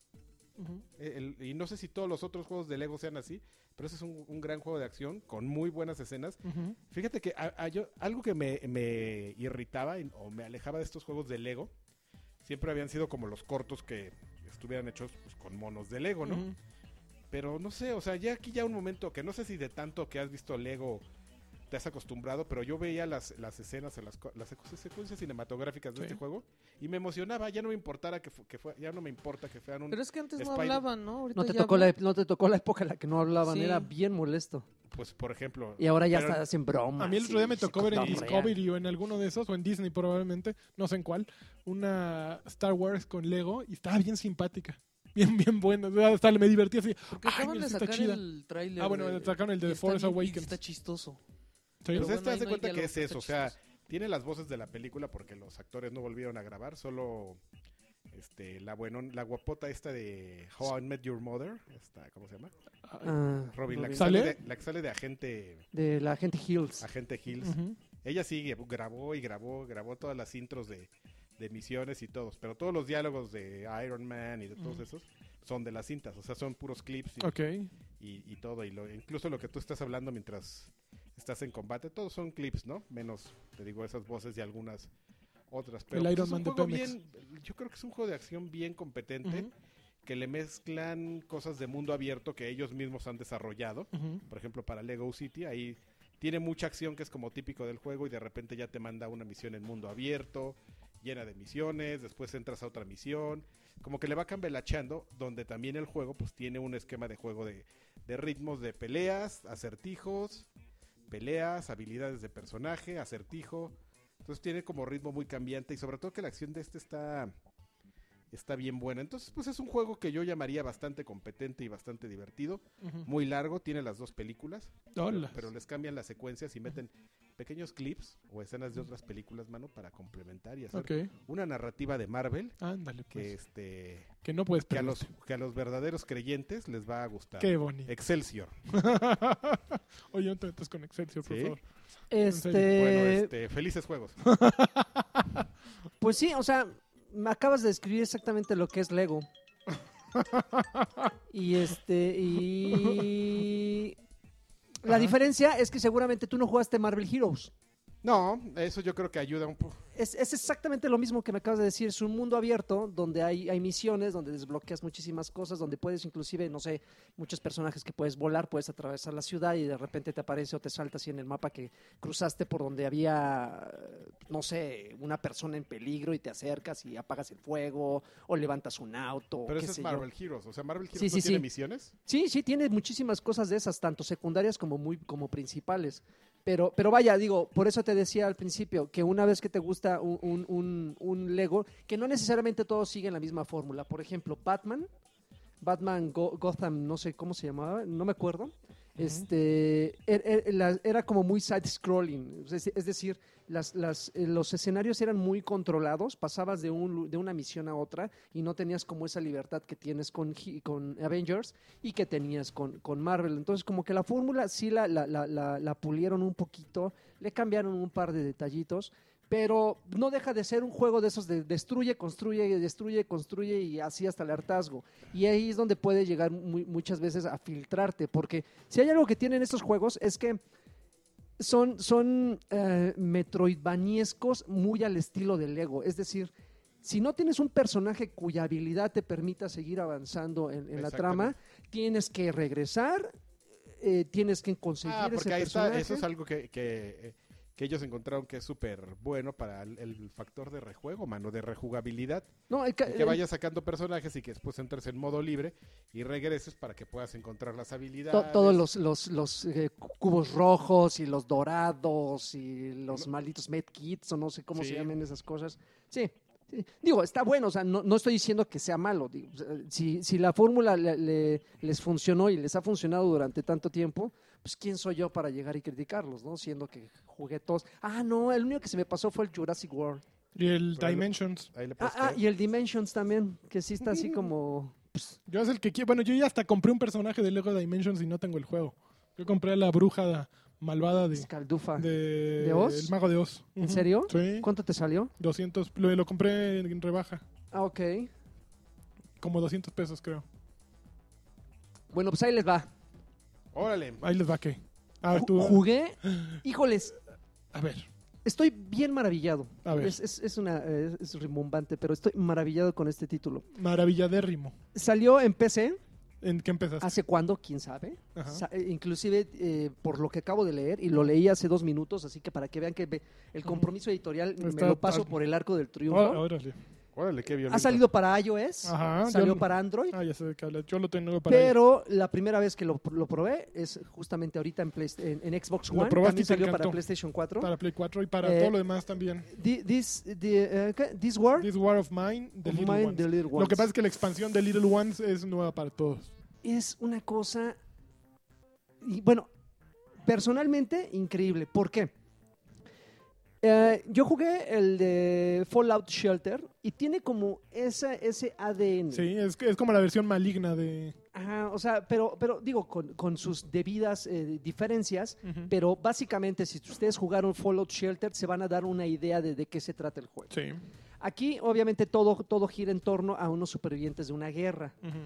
eh, Ujú. El- y no sé si todos los otros juegos de Lego sean así, pero ese es un, un gran juego de acción con muy buenas escenas. Ujú. Fíjate que a- a yo- algo que me, me irritaba en- o me alejaba de estos juegos de Lego siempre habían sido como los cortos que estuvieran hechos pues, con monos de Lego, ¿no? Ujú. Pero no sé, o sea, ya aquí ya un momento que no sé si de tanto que has visto Lego te has acostumbrado, pero yo veía las, las escenas, o las, co- las secu- secuencias cinematográficas de Sí. este juego y me emocionaba, ya no me importara que, fu- que fue- ya no me importa que fueran un... Pero es que antes no Spider- hablaban, ¿no? Ahorita No te, ya tocó la, hablan. no te tocó la época en la que no hablaban, Sí. era bien molesto. Pues, por ejemplo... Y ahora ya pero- hasta hacen bromas. A mí el otro día me y tocó ver en cotorrean. Discovery o en alguno de esos, o en Disney probablemente, no sé en cuál, una Star Wars con Lego y estaba bien simpática. Bien, bien buena. O sea, Hasta me divertí así. Porque Ay, acaban mira, de sí está sacar chida. el tráiler. Ah, bueno, de- sacaron el de y The está Force bien- y Awakens. Está chistoso. Sí. Pues Pero este bueno, ahí hace no hay cuenta que diálogo, es pero está eso, o sea, chistoso. tiene las voces de la película porque los actores no volvieron a grabar, solo este la bueno, la guapota esta de How I Met Your Mother, esta, ¿cómo se llama? Ah, Robin, la que, ¿Sale? sale de, la que sale de agente, de la gente Hills. agente Hills. Ujú. Ella sigue, grabó y grabó, grabó todas las intros de, de misiones y todos, pero todos los diálogos de Iron Man y de todos Ujú. esos son de las cintas, o sea, son puros clips y, Ok. y- y todo, y lo, incluso lo que tú estás hablando mientras estás en combate, todos son clips, ¿no? Menos, te digo, esas voces y algunas otras. Pero El pues, Iron es Man un de juego Pemex. bien- yo creo que es un juego de acción bien competente, Ujú. que le mezclan cosas de mundo abierto que ellos mismos han desarrollado Ujú. por ejemplo, para Lego City, ahí tiene mucha acción que es como típico del juego y de repente ya te manda una misión en mundo abierto, llena de misiones, después entras a otra misión, como que le va cambelachando, donde también el juego pues tiene un esquema de juego de, de ritmos de peleas, acertijos, peleas, habilidades de personaje, acertijo, entonces tiene como ritmo muy cambiante y sobre todo que la acción de este está... Está bien buena. Entonces, pues es un juego que yo llamaría bastante competente y bastante divertido Ujú. muy largo, tiene las dos películas, Hola. pero les cambian las secuencias y meten pequeños clips o escenas de otras películas, mano, para complementar y hacer Ok. una narrativa de Marvel Ándale, que pues. este Que no puedes que a perder. los que a los verdaderos creyentes les va a gustar. Qué bonito. Excelsior. Oye, no te metas con Excelsior, por Sí. favor. Este, Eh, Bueno, este, felices juegos. Pues sí, o sea, me acabas de describir exactamente lo que es Lego. y este, y. La Ajá. diferencia es que seguramente tú no jugaste Marvel Heroes. No, eso yo creo que ayuda un poco. Es, es exactamente lo mismo que me acabas de decir. Es un mundo abierto donde hay, hay misiones, donde desbloqueas muchísimas cosas, donde puedes inclusive, no sé, muchos personajes que puedes volar, puedes atravesar la ciudad y de repente te aparece o te salta así en el mapa que cruzaste por donde había, eh, no sé, una persona en peligro y te acercas y apagas el fuego o levantas un auto. Pero Oh, ese qué es sé yo. Marvel Heroes, o sea, Marvel Heroes Sí, no sí, tiene sí. misiones. Sí, sí, tiene muchísimas cosas de esas, tanto secundarias como muy como principales. Pero, pero vaya, digo, por eso te decía al principio que una vez que te gusta un, un- un- un Lego, que no necesariamente todos siguen la misma fórmula. Por ejemplo, Batman, Batman Go- Gotham, no sé cómo se llamaba, no me acuerdo. Este er- er- la- era como muy side-scrolling, es, deci- es decir, las, las, eh, los escenarios eran muy controlados, pasabas de, un, lu- de una misión a otra y no tenías como esa libertad que tienes con, He- con Avengers y que tenías con, con Marvel. Entonces, como que la fórmula sí la, la, la, la, la pulieron un poquito, le cambiaron un par de detallitos, pero no deja de ser un juego de esos de destruye, construye, destruye, construye y así hasta el hartazgo. Y ahí es donde puede llegar mu- muchas veces a filtrarte, porque si hay algo que tienen estos juegos es que son, son eh, metroidvaniescos muy al estilo del Lego. Es decir, si no tienes un personaje cuya habilidad te permita seguir avanzando en, en la trama, tienes que regresar, eh, tienes que conseguir Ah, porque ese ahí está, personaje. eso es algo que, que, eh, que ellos encontraron que es súper bueno para el- el factor de rejuego, mano, de rejugabilidad. No, el ca- eh, Y que vayas sacando personajes y que después entres en modo libre y regreses para que puedas encontrar las To- habilidades. todos los, los, los, eh, cu- cubos rojos y los dorados y los malditos medkits o no sé cómo Sí. se llaman esas cosas. Sí, sí. Digo, está bueno, o sea, no, no estoy diciendo que sea malo. digo, o sea, si, si la fórmula le- le- les funcionó y les ha funcionado durante tanto tiempo, pues quién soy yo para llegar y criticarlos, ¿no? Siendo que jugué todos. Ah, no, el único que se me pasó fue el Jurassic World. Y el Pero- Dimensions. Ahí le Ah, puedes ah, caer. y el Dimensions también, que sí está así como... pues, Yo es el que quiero. Bueno, yo ya hasta compré un personaje de Lego Dimensions y no tengo el juego. Yo compré a la bruja malvada de, escaldufa. de, ¿De Oz? El mago de Oz. ¿En serio? Sí. ¿Cuánto te salió? 200. Lo, lo compré en rebaja. Ah, ok. Como 200 pesos, creo. Bueno, pues ahí les va. Órale. Ahí les va que. A ver, tú. ah, Ju- Jugué. Híjoles, A ver. estoy bien maravillado. A ver. Es, es- es una, eh, es rimbombante, pero estoy maravillado con este título. Maravilladérrimo. Salió en PC, ¿En qué empezaste? ¿hace cuándo? ¿Quién sabe? Ajá. Sa- eh, inclusive eh, por lo que acabo de leer, y lo leí hace dos minutos, así que para que vean que ve- el compromiso editorial me Está- Oh, lo paso está- por el arco del triunfo. Ó- Ah, Órale. Órale, qué violento. Ha salido para iOS, Ajá, ya salió lo- para Android, Ah, ya sé de qué hablas. Yo lo tengo para. ahí. pero la primera vez que lo, lo probé es justamente ahorita en, Playst- en, en Xbox Lo One. probaste También y te salió encantó. para PlayStation 4. Para Play 4 y para Eh, todo lo demás también. Thi- This, the, eh, ¿qué? This War This War of Mine, The of Little Mine, Ones. The Little Lo que Ones. pasa es que la expansión de Little Ones es nueva para todos. es una cosa. Y bueno, personalmente, increíble. ¿Por qué? Eh, yo jugué el de Fallout Shelter y tiene como esa, ese ADN. Sí, es, es como la versión maligna de. Ajá, o sea, pero, pero digo, con, con sus debidas eh, diferencias, pero básicamente si ustedes jugaron Fallout Shelter se van a dar una idea de, de qué se trata el juego. Sí. Aquí obviamente todo, todo gira en torno a unos supervivientes de una guerra. Ujú.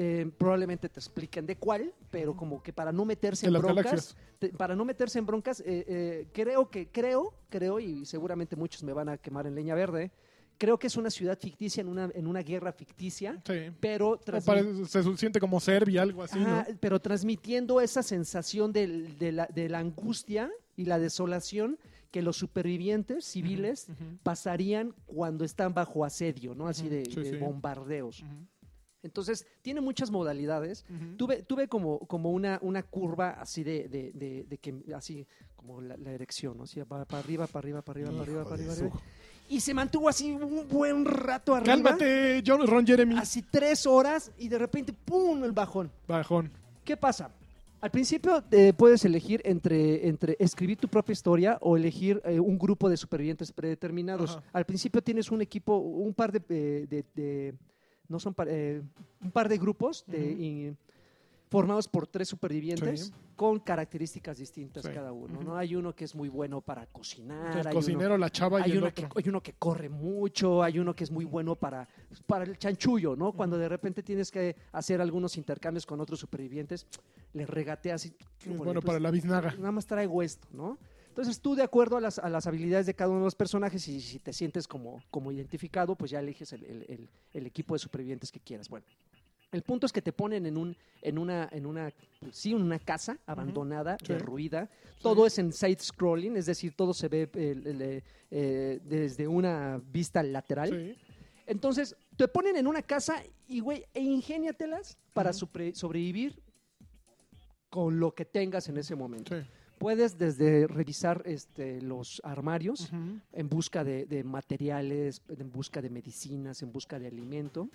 Eh, probablemente te expliquen de cuál, pero como que para no meterse De en las broncas, galaxias. te- para no meterse en broncas, eh, eh, creo que, creo, creo, y seguramente muchos me van a quemar en leña verde, creo que es una ciudad ficticia en una, en una guerra ficticia, Sí. pero, O transmi- parece- se su- siente como Serbia, algo así, ¿no? Ajá, pero transmitiendo esa sensación del- de, la, de la angustia y la desolación que los supervivientes civiles Ujú. pasarían cuando están bajo asedio, ¿no? Así de, Sí, de sí. bombardeos. Ujú. Entonces, tiene muchas modalidades. Ujú. Tuve, tuve como, como una, una curva así de, de, de- de que así como la, la erección, ¿no? Así para, para arriba, para arriba, para arriba, para arriba, para arriba, arriba. Y se mantuvo así un buen rato arriba. Cálmate, John Ron Jeremy. Así tres horas y de repente, ¡pum! el bajón. Bajón. ¿Qué pasa? Al principio eh, puedes elegir entre, entre escribir tu propia historia o elegir eh, un grupo de supervivientes predeterminados. Ajá. Al principio tienes un equipo, un par de... eh, de- de- no son par- eh, un par de grupos de, Ujú. y- formados por tres supervivientes Sí. con características distintas Sí. cada uno. Ujú. ¿no? Hay uno que es muy bueno para cocinar. El Ah, hay uno- cocinero, la chava y hay el uno, que, otro. hay uno que corre mucho, hay uno que es muy bueno para, para el chanchullo, ¿no? Cuando de repente tienes que hacer algunos intercambios con otros supervivientes, le regateas y... pues, Es Bueno, para la biznaga. Nada más traigo esto, ¿no? Entonces tú, de acuerdo a las, a las habilidades de cada uno de los personajes, y si te sientes como, como identificado, pues ya eliges el, el- el- el equipo de supervivientes que quieras. Bueno, el punto es que te ponen en, un, en, una, en una, sí, en una casa abandonada, Sí. derruida. Todo es en side-scrolling, es decir, todo se ve eh, el- el- eh, desde una vista lateral. Sí. Entonces, te ponen en una casa y, güey, e ingéniatelas para supre- sobrevivir con lo que tengas en ese momento. Sí. Puedes desde revisar este, los armarios Ujú. en busca de, de materiales, en busca de medicinas, en busca de alimento.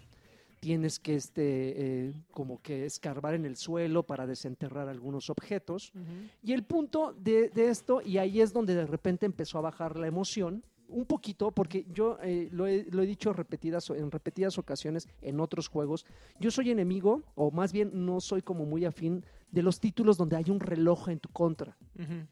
Tienes que este, eh, como que escarbar en el suelo para desenterrar algunos objetos. Y el punto de, de esto, y ahí es donde de repente empezó a bajar la emoción, un poquito, porque yo eh, lo, he, lo he dicho repetidas, en repetidas ocasiones en otros juegos, yo soy enemigo, o más bien no soy como muy afín, de los títulos donde hay un reloj en tu contra. Ujú.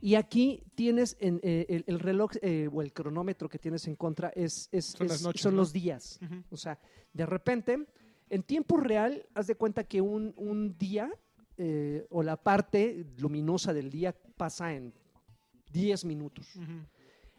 Y aquí tienes en, eh, el, el reloj eh, o el cronómetro que tienes en contra es, es- Son es- las noches, son ¿no? los días. Ujú. O sea, de repente, en tiempo real, haz de cuenta que un, un día eh, o la parte luminosa del día pasa en 10 minutos. Ujú.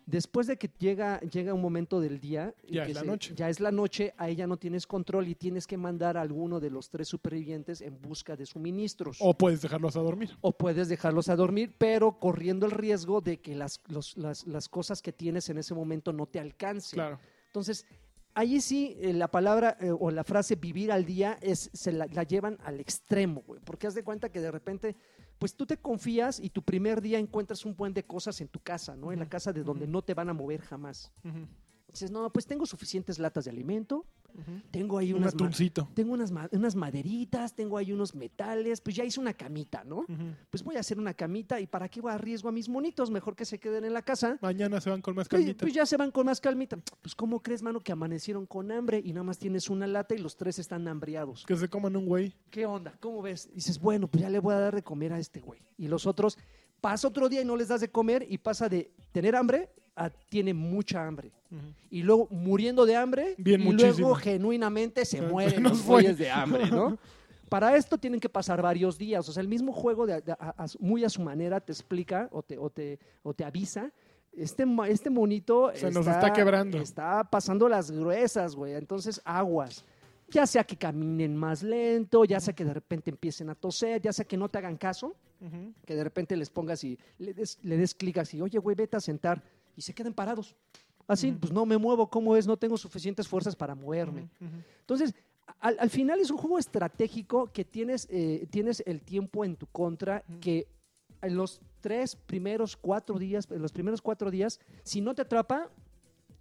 Después de que llega, llega un momento del día, y Ya que es la noche. ya es la noche, ahí ya no tienes control y tienes que mandar a alguno de los tres supervivientes en busca de suministros. O puedes dejarlos a dormir. O puedes dejarlos a dormir, pero corriendo el riesgo de que las, los- las, las cosas que tienes en ese momento no te alcancen. Claro. Entonces, allí sí eh, la palabra eh, o la frase vivir al día es, se la, la llevan al extremo, güey. Porque haz de cuenta que de repente, pues tú te confías y tu primer día encuentras un buen de cosas en tu casa, ¿no? En la Ujú, casa de donde ujú. no te van a mover jamás. Ujú. Dices, no, pues tengo suficientes latas de alimento, Ujú. tengo ahí Un unas, ma- atuncito. tengo unas, ma- unas maderitas, tengo ahí unos metales, pues ya hice una camita, ¿no? Ujú. pues voy a hacer una camita y para qué voy a riesgo a mis monitos, mejor que se queden en la casa. Mañana se van con más Pues, calmita. pues ya se van con más calmita. Pues cómo crees, mano, que amanecieron con hambre y nada más tienes una lata y los tres están hambriados. Que se coman un güey. ¿Qué onda? ¿Cómo ves? Dices, bueno, pues ya le voy a dar de comer a este güey. Y los otros, pasa otro día y no les das de comer y pasa de tener hambre a tiene mucha hambre. Ujú. Y luego muriendo de hambre Bien, y muchísimo. luego genuinamente se Nos mueren los fue. güeyes de hambre, ¿no? Para esto tienen que pasar varios días. O sea, el mismo juego, de- de- a- a- muy a su manera, te explica o te, o te, o te avisa. Este, mo- este monito Se nos está quebrando. Está pasando las gruesas, güey. Entonces, aguas. Ya sea que caminen más lento, ya sea que de repente empiecen a toser, ya sea que no te hagan caso, Ujú. que de repente les pongas y le des, le des clic así, oye, güey, vete a sentar. Y se queden parados. Así, Ujú. pues no me muevo, ¿cómo es? No tengo suficientes fuerzas para moverme. Ujú. Entonces, al, al final es un juego estratégico que tienes, eh, tienes el tiempo en tu contra, Ujú. que en los tres primeros cuatro días, en los primeros cuatro días, si no te atrapa,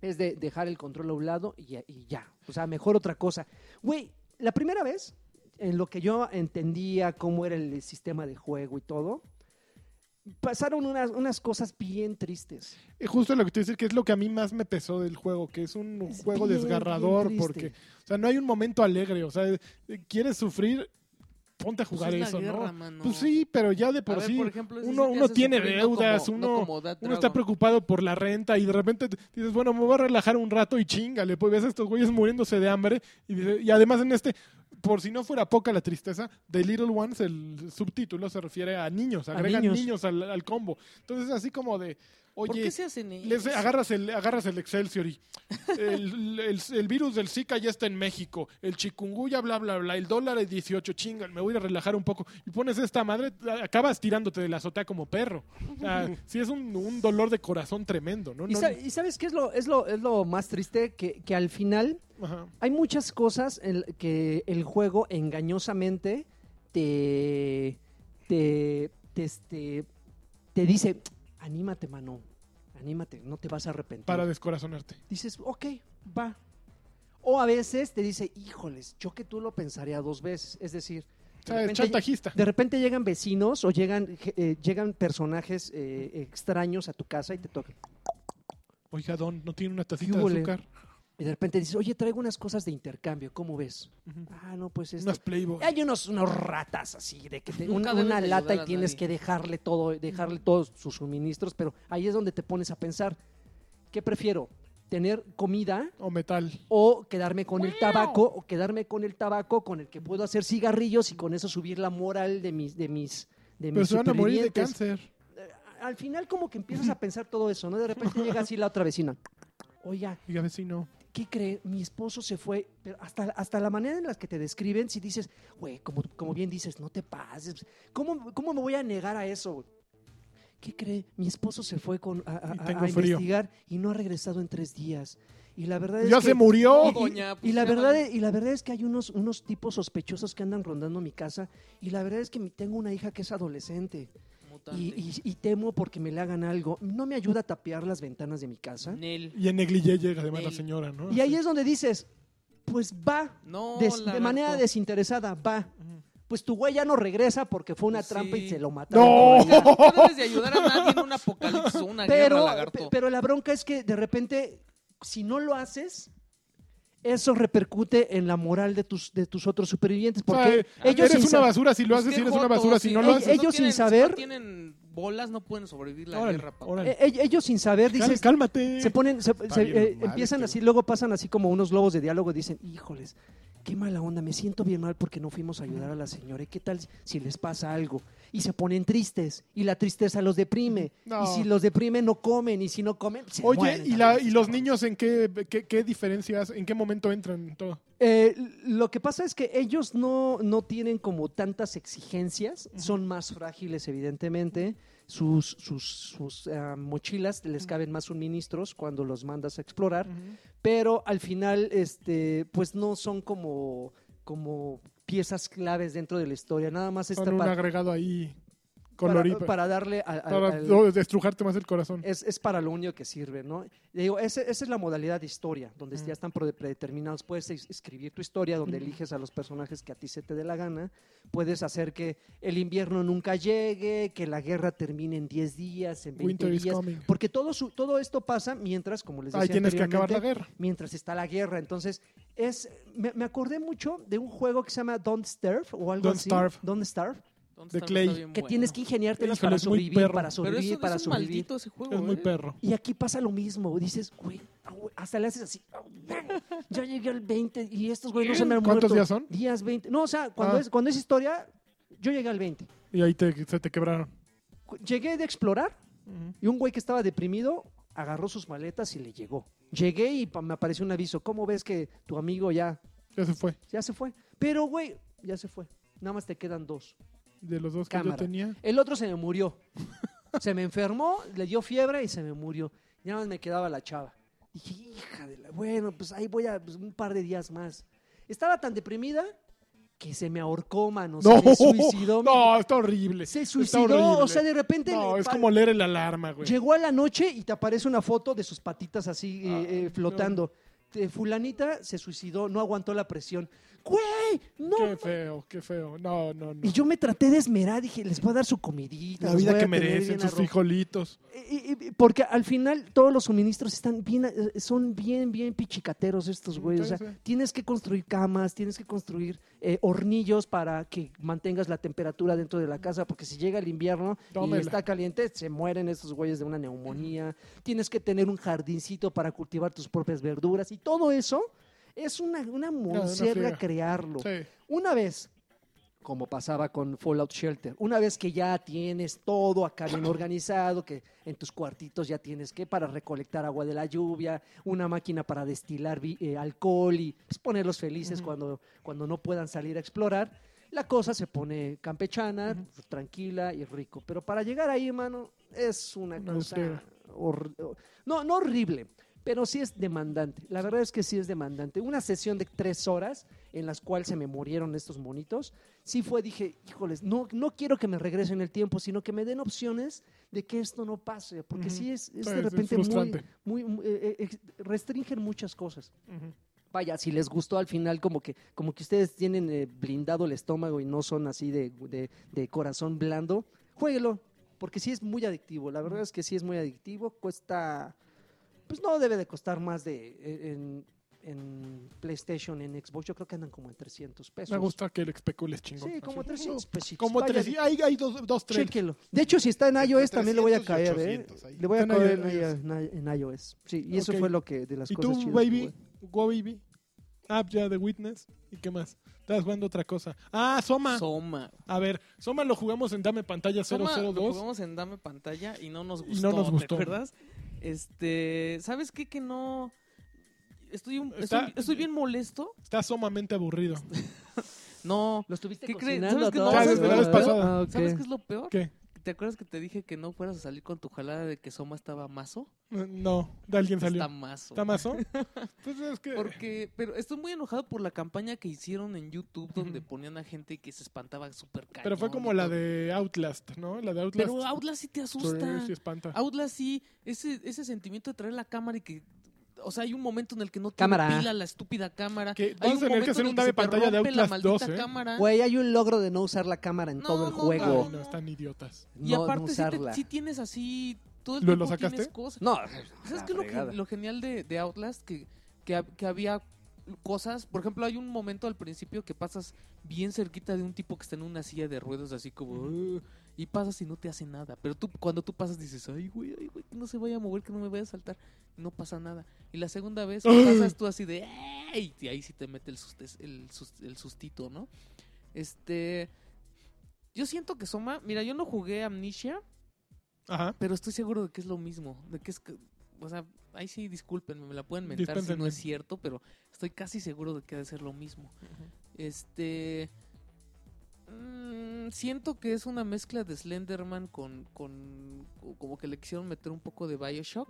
es de dejar el control a un lado y, ya- y ya. O sea, mejor otra cosa. Güey, la primera vez, en lo que yo entendía cómo era el sistema de juego y todo, pasaron unas, unas cosas bien tristes. Y justo lo que te decir que es lo que a mí más me pesó del juego, que es un Es juego bien, desgarrador bien porque, triste. o sea, no hay un momento alegre, o sea, eh, quieres sufrir, ponte a Pues jugar es la eso, guerra, ¿no? mano. Pues sí, pero ya de por A ver, sí, por ejemplo, dicen uno, que uno hace tiene sufrir, no deudas, como- no uno, como Dad uno está Dragon. preocupado por la renta y de repente te- dices, bueno, me voy a relajar un rato y chingale, pues ves a estos güeyes muriéndose de hambre y, dice- y además en este, por si no fuera poca la tristeza, The Little Ones, el subtítulo se refiere a niños, agregan niños. niños, al, al combo. Entonces así como de, oye... ¿Por qué se hacen eso? Les agarras el, agarras el Excelsior y el, el- el virus del Zika ya está en México, el chikungunya, bla, bla, bla, el dólar es 18, chingan, me voy a ir a relajar un poco. Y pones esta madre, a- acabas tirándote de la azotea como perro. O sea, sí es un, un dolor de corazón tremendo, ¿no? ¿Y, No- sa- y sabes qué es lo, es lo, es lo más triste? Que, que al final... Ajá. Hay muchas cosas en l- que el juego engañosamente te, te, te, este, te dice, anímate, mano, anímate, no te vas a arrepentir. Para descorazonarte. Dices, ok, va. O a veces te dice, híjoles, yo que tú lo pensaría dos veces. Es decir, O de sea, es repente- chantajista. de repente llegan vecinos o llegan, je- eh, llegan personajes eh, extraños a tu casa y te tocan. Oiga, Don, ¿no tiene una tacita de Híjole. azúcar? Y de repente dices, oye, traigo unas cosas de intercambio, ¿cómo ves? Ujú. Ah, no, pues esto. Unas Playboy. Hay unos, unos ratas así, de que te- Nunca una, debes una de lata ayudar y a tienes nadie. que dejarle todo, dejarle todos sus suministros, pero ahí es donde te pones a pensar, ¿qué prefiero? ¿Tener comida O metal. o quedarme con el tabaco? O quedarme con el tabaco con el que puedo hacer cigarrillos y con eso subir la moral de mis, de mis, de Pero mis se van a morir de supervivientes? cáncer. Al final como que empiezas a pensar todo eso, ¿no? De repente llega así la otra vecina. Oiga, Oiga, vecino. ¿qué cree? Mi esposo se fue. Pero hasta, hasta la manera en la que te describen, si dices, güey, como, como bien dices, no te pases. pues, ¿Cómo, cómo me voy a negar a eso? güey? ¿Qué cree? Mi esposo se fue con, a, a- Y a- tengo a frío. investigar y no ha regresado en tres días. Y la verdad es ¡Ya que- se murió! y- y- Doña, Y, pues, la ya verdad valió. es, y la verdad es que hay unos, unos tipos sospechosos que andan rondando mi casa. Y la verdad es que mi- tengo una hija que es adolescente. Mutante. Y, y- y temo porque me le hagan algo. No me ayuda a tapear las ventanas de mi casa. Nel. Y en negligé llega además la Nel. señora, ¿no? Y ahí es donde dices, pues va, Ah, No, des- de lagarto. manera desinteresada, va. Pues tu güey ya no regresa porque fue una Pues trampa y sí. se lo mataron. ¡No! por allá. No debes de ayudar a nadie en un apocalipsis o una guerra, Pero, lagarto. pe- pero la bronca es que de repente, si no lo haces, eso repercute en la moral de tus, de tus otros supervivientes. O sea, Porque eh, ellos sin eres una sa- basura si lo Pues haces, qué eres una joto, basura si sí. no lo Ey, haces. ey, ellos tienen- sin saber- Si no tienen bolas, no pueden sobrevivir la Órale, guerra. papá. órale. eh, eh, ellos sin saber, Cal- dices, cálmate. se ponen, se- se- bien eh, mal empiezan este así, luego pasan así como unos globos de diálogo y dicen, híjoles, qué mala onda, me siento bien mal porque no fuimos a ayudar a la señora, ¿y qué tal si les pasa algo? Y se ponen tristes, y la tristeza los deprime, No. y si los deprime no comen, y si no comen, se Oye, mueren ¿y, también la, esos ¿y los cabrones. niños en qué, qué, qué diferencias, en qué momento entran en todo? Eh, lo que pasa es que ellos no, no tienen como tantas exigencias, son más frágiles evidentemente, sus, sus, sus, ah, mochilas les caben más suministros cuando los mandas a explorar, pero al final este pues no son como como piezas claves dentro de la historia nada más está Con un para, agregado ahí para, colorido. Para, para darle al- al- al- no, destrujarte más el corazón. es, es para lo único que sirve no Y digo ese- esa es la modalidad de historia donde Mm. ya están pre- predeterminados puedes es- escribir tu historia donde eliges a los personajes que a ti se te dé la gana puedes hacer que el invierno nunca llegue que la guerra termine en 10 días en 20 Winter is días coming. porque todo su- todo esto pasa mientras como les decía Ahí tienes que acabar anteriormente, la guerra. mientras está la guerra. Entonces, es me, me acordé mucho de un juego que se llama Don't Starve o algo Don't así. Starve. Don't Starve. Entonces, de también Clay. está bien Que bueno. tienes que ingeniártelas Híjole, para es muy sobrevivir, perro. para Pero sobrevivir, eso, para es un sobrevivir. maldito ese juego. Es muy ¿eh? perro. Y aquí pasa lo mismo. Dices, güey, au, hasta le haces así. au, "Oh, ya llegué al 20 y estos güeyes no se me han ¿Cuántos muerto. días son? Días 20. No, o sea, cuando, Ah. es, cuando es historia, yo llegué al 20. Y ahí te- se te quebraron. Cu- Llegué de explorar y un güey que estaba deprimido agarró sus maletas y le llegó. Llegué y pa- me apareció un aviso. ¿Cómo ves que tu amigo ya, Ya se fue. ya se fue? Pero, güey, ya se fue. Nada más te quedan dos. De los dos Cámara. que yo tenía. El otro se me murió. Se me enfermó, le dio fiebre y se me murió. Ya más me quedaba la chava. Dije, hija de la... Bueno, pues ahí voy a pues, un par de días más. Estaba tan deprimida que se me ahorcó, mano. No, se me suicidó. no, está horrible. se Está suicidó. horrible. O sea, de repente... No, le es pa- como leer el alarma, güey. Llegó a la noche y te aparece una foto de sus patitas así eh, eh, Ay, flotando. Te- Fulanita se suicidó, no aguantó la presión. ¡Güey! ¡No! Qué feo, qué feo. No, no, no. Y yo me traté de esmerar, dije, les voy a dar su comidita. La los vida voy a que tener merecen, bien sus arropados". frijolitos. Y- y- y- porque al final todos los suministros están bien, eh, son bien, bien pichicateros estos Mm, güeyes. O sí, sea, sí. tienes que construir camas, tienes que construir eh, hornillos para que mantengas la temperatura dentro de la casa, porque si llega el invierno Tómela. y está caliente, se mueren estos güeyes de una neumonía. Tienes que tener un jardincito para cultivar tus propias verduras y todo eso es una, una monserga friega. crearlo. Sí. Una vez, como pasaba con Fallout Shelter, una vez que ya tienes todo acá bien organizado, que en tus cuartitos ya tienes que para recolectar agua de la lluvia, una máquina para destilar vi- eh, alcohol y pues, ponerlos felices cuando, cuando no puedan salir a explorar, la cosa se pone campechana, tranquila y rico. Pero para llegar ahí, hermano, es una Una cosa... friega. hor- hor- no, no horrible, pero sí es demandante. La verdad es que sí es demandante. Una sesión de tres horas en las cuales se me murieron estos monitos, sí fue, dije, híjoles, no, no quiero que me regresen el tiempo, sino que me den opciones de que esto no pase, porque Ujú. sí es, es Sí, de es repente frustrante. muy, muy eh, eh, ex- restringen muchas cosas. Vaya, si les gustó al final, como que, como que ustedes tienen eh, blindado el estómago y no son así de, de- de corazón blando, jueguelo, porque sí es muy adictivo. La verdad es que sí es muy adictivo. Cuesta, pues no debe de costar más de eh, en, en PlayStation, en Xbox, yo creo que andan como en 300 pesos. Me gusta que el especules chingón. Sí, como Así. 300 pesitos. Como Vaya, tres. y Hay, hay dos, dos tres. Chéquelo. De hecho, si está en iOS, Entre también le voy a 300 y caer, ¿eh? 800 ahí. Le voy a Está en caer en, iOS. iOS. en iOS. Sí, y eso Ok. fue lo que de las ¿Y cosas tú, chidas que baby? jugué. Go, baby. Ah, ya, The Witness. ¿Y qué más? Estabas jugando otra cosa. Ah, Soma. Soma. A ver, Soma lo jugamos en Dame Pantalla Soma lo 002. jugamos en Dame Pantalla y no nos Y gustó. no nos gustó. ¿Te acuerdas? Este, ¿sabes qué? Que no... Estoy, un- Está- estoy, estoy bien molesto. Está sumamente aburrido. No. ¿Lo estuviste ¿Qué crees? cocinando ¿Sabes que todo? no? Ya, desde la vez pasada. Ah, ok. ¿Sabes qué es lo peor? ¿Qué? ¿Te acuerdas que te dije que no fueras a salir con tu jalada de que Soma estaba mazo? No, de alguien Está salió. mazo. ¿Está mazo? Pues es que... Porque, pero estoy muy enojado por la campaña que hicieron en YouTube donde Ujú. ponían a gente que se espantaba súper cañón. Pero fue como y la todo. de Outlast, ¿no? La de Outlast. Pero Outlast sí te asusta. Sí, sí espanta. Outlast sí, ese, ese sentimiento de traer la cámara y que... O sea, hay un momento en el que no Cámara. tiene pila la estúpida cámara. Que Hay vamos un a tener que momento hacer en el un dame se te pantalla de rompe la Outlast maldita 2, ¿eh? cámara. Güey, hay un logro de no usar la cámara en No, todo el no, Ay, juego. no, están idiotas. No, y aparte no sí, te- usarla. sí tienes así... Todo el ¿Lo- tiempo lo sacaste? tienes cosas. No, ¿Sabes la qué Pues es lo, fregada. que- lo genial de, de Outlast? Que, que, hab- que había cosas, por ejemplo, hay un momento al principio que pasas bien cerquita de un tipo que está en una silla de ruedas así como... "Ah", y pasas y no te hace nada. Pero tú cuando tú pasas dices, ay, güey, ay, güey, que no se vaya a mover, que no me vaya a saltar. No pasa nada. Y la segunda vez pasas tú así de... "Ay", Y ahí sí te mete el, sustes- el, sus- el sustito, ¿no? Este... Yo siento que Soma... Mira, yo no jugué Amnesia, Ajá. pero estoy seguro de que es lo mismo. De que es. que- O sea, ahí sí, discúlpenme, me la pueden mentar si no Dispénsenme. es cierto, pero estoy casi seguro de que ha de ser lo mismo. Este. mm, siento que es una mezcla de Slenderman con, con. co- Como que le quisieron meter un poco de Bioshock,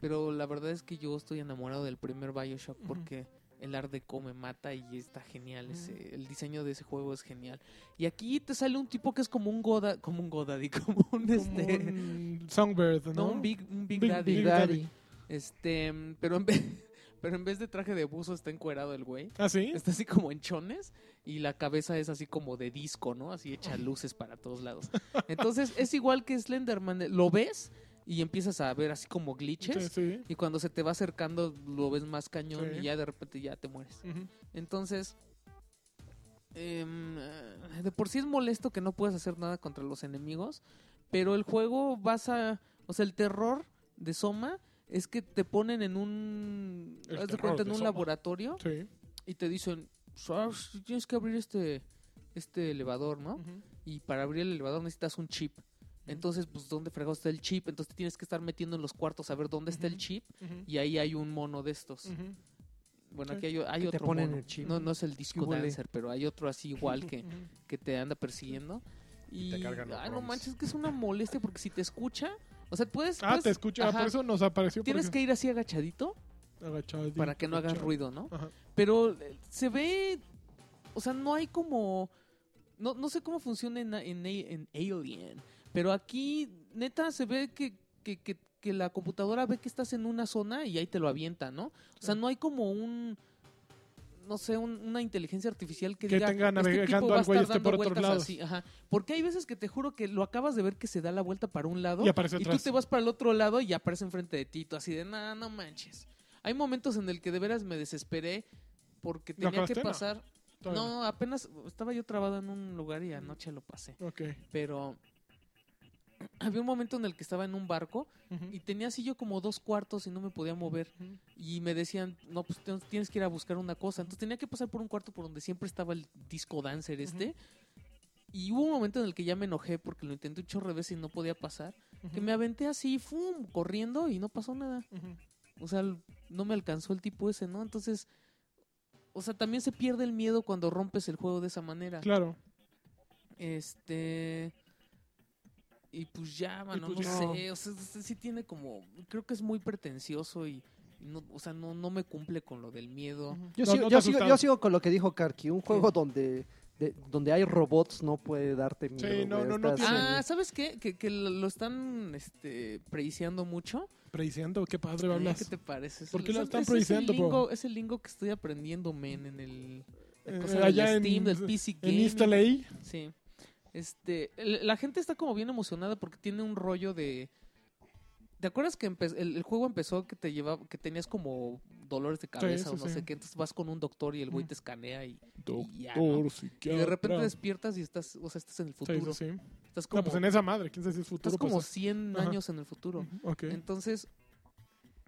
pero la verdad es que yo estoy enamorado del primer Bioshock Ujú. porque el art deco me mata y está genial. ese- el diseño de ese juego es genial. Y aquí te sale un tipo que es como un Goda. Como un Godaddy, como un. Como Este, un Songbird, ¿no? no, un Big, un Big Big- Daddy. Big Daddy. Este, mm, pero en vez, pero en vez de traje de buzo está encuerado el güey. ¿Ah, sí? Está así como en chones y la cabeza es así como de disco, ¿no? Así hecha luces para todos lados. Entonces es igual que Slenderman. Lo ves y empiezas a ver así como glitches. Sí, sí. Y cuando se te va acercando lo ves más cañón Sí. y ya de repente ya te mueres. Ujú. Entonces, em, de por sí es molesto que no puedas hacer nada contra los enemigos, pero el juego vas a... O sea, el terror de Soma es que te ponen en un. El haz de terror te cuenta, en un soma. laboratorio Sí. y te dicen, "Sabes, tienes que abrir este, este elevador, ¿no? Ujú. Y para abrir el elevador necesitas un chip. Entonces, pues, ¿dónde fregados está el chip? Entonces te tienes que estar metiendo en los cuartos a ver dónde está el Ujú. chip. Ujú. Y ahí hay un mono de estos. Ujú. Bueno, Sí. aquí hay, hay Que te otro ponen mono. el chip. No, no es el disco ¿Qué huele? dancer, pero hay otro así igual que, pues, que te anda persiguiendo. Y, te cargan los ay, no roms. manches, que es una molestia porque si te escucha, o sea, puedes... Ah, puedes- te escucha, ah, ajá. por eso nos apareció. Tienes que ir así agachadito para que no hagas hagas ruido, ¿no? Ajá. Pero eh, se ve, o sea, no hay como, no, no sé cómo funciona en, en, en Alien, pero aquí neta se ve que, que, que- que la computadora ve que estás en una zona y ahí te lo avienta, ¿no? O sea, no hay como un, no sé, un- una inteligencia artificial que, Que diga, tenga navegando tipo va a al güey estar este por dando otros vueltas lados". así, ajá. Porque hay veces que te juro que lo acabas de ver que se da la vuelta para un lado Y aparece y tú atrás. te vas para el otro lado y aparece enfrente de ti, tú así de, nada, no manches. Hay momentos en el que de veras me desesperé porque ¿Lo tenía que acabaste? No. pasar. Todavía no, apenas estaba yo trabado en un lugar y anoche lo pasé. no. Ok. Pero había un momento en el que estaba en un barco Ujú. y tenía así yo como dos cuartos y no me podía mover. Ujú. Y me decían, no, pues te- tienes que ir a buscar una cosa. Entonces tenía que pasar por un cuarto por donde siempre estaba el disco dancer este. Y hubo un momento en el que ya me enojé porque lo intenté un chorro de veces y no podía pasar. Que me aventé así, ¡fum! corriendo y no pasó nada. Ujú. O sea, l- no me alcanzó el tipo ese, ¿no? Entonces, o sea, también se pierde el miedo cuando rompes el juego de esa manera. Claro. Este. Y pues ya, mano, pues ya. no sé. O sea, sí- sí tiene como. Creo que es muy pretencioso y. y no, o sea, no, no me cumple con lo del miedo. Yo, No, sigo, no te yo, sigo, asustaron. yo sigo con lo que dijo Karki. Un juego donde, de- donde hay robots no puede darte miedo. no, güey, no, no estás Ah, en- ¿sabes qué? Que, que lo lo están este, preiciando mucho. Prediseando, qué padre Ay, hablas. ¿Qué te parece? Es ¿Por el- qué lo es- están es- es el preiciando, bro? lingo- Es el lingo que estoy aprendiendo, men, en el. la Eh, cosa del allá en- Steam, del PC En Gaming. Instalay. Sí. Este, el- la gente está como bien emocionada porque tiene un rollo de ¿Te acuerdas que empe- el, el juego empezó que te llevaba que tenías como dolores de cabeza sí, o no sí. sé qué, entonces vas con un doctor y el güey Mm. te escanea y, y ya, ¿no? y de repente despiertas y estás, o sea, estás en el Sí, sí, futuro. sí. Estás como No, pues en esa madre. ¿Quién sabe si es futuro? estás como pasado? 100 Ajá. años en el futuro. Ujú, Ok. Entonces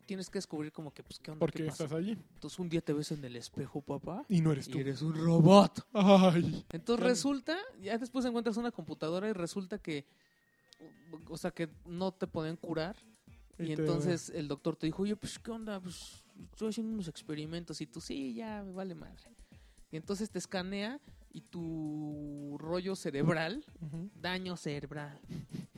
tienes que descubrir como que pues qué onda, ¿Por qué qué pasa? estás allí? Entonces un día te ves en el espejo, papá, Y no eres tú. y eres un robot. Ay. Entonces Claro. resulta, ya después encuentras una computadora y resulta que, o sea, que no te pueden curar. Y, Y te- entonces el doctor te dijo, oye, pues, ¿qué onda? Pues, estoy haciendo unos experimentos y tú, sí, ya, me vale madre. Y entonces te escanea y tu rollo cerebral, Ujú. daño cerebral.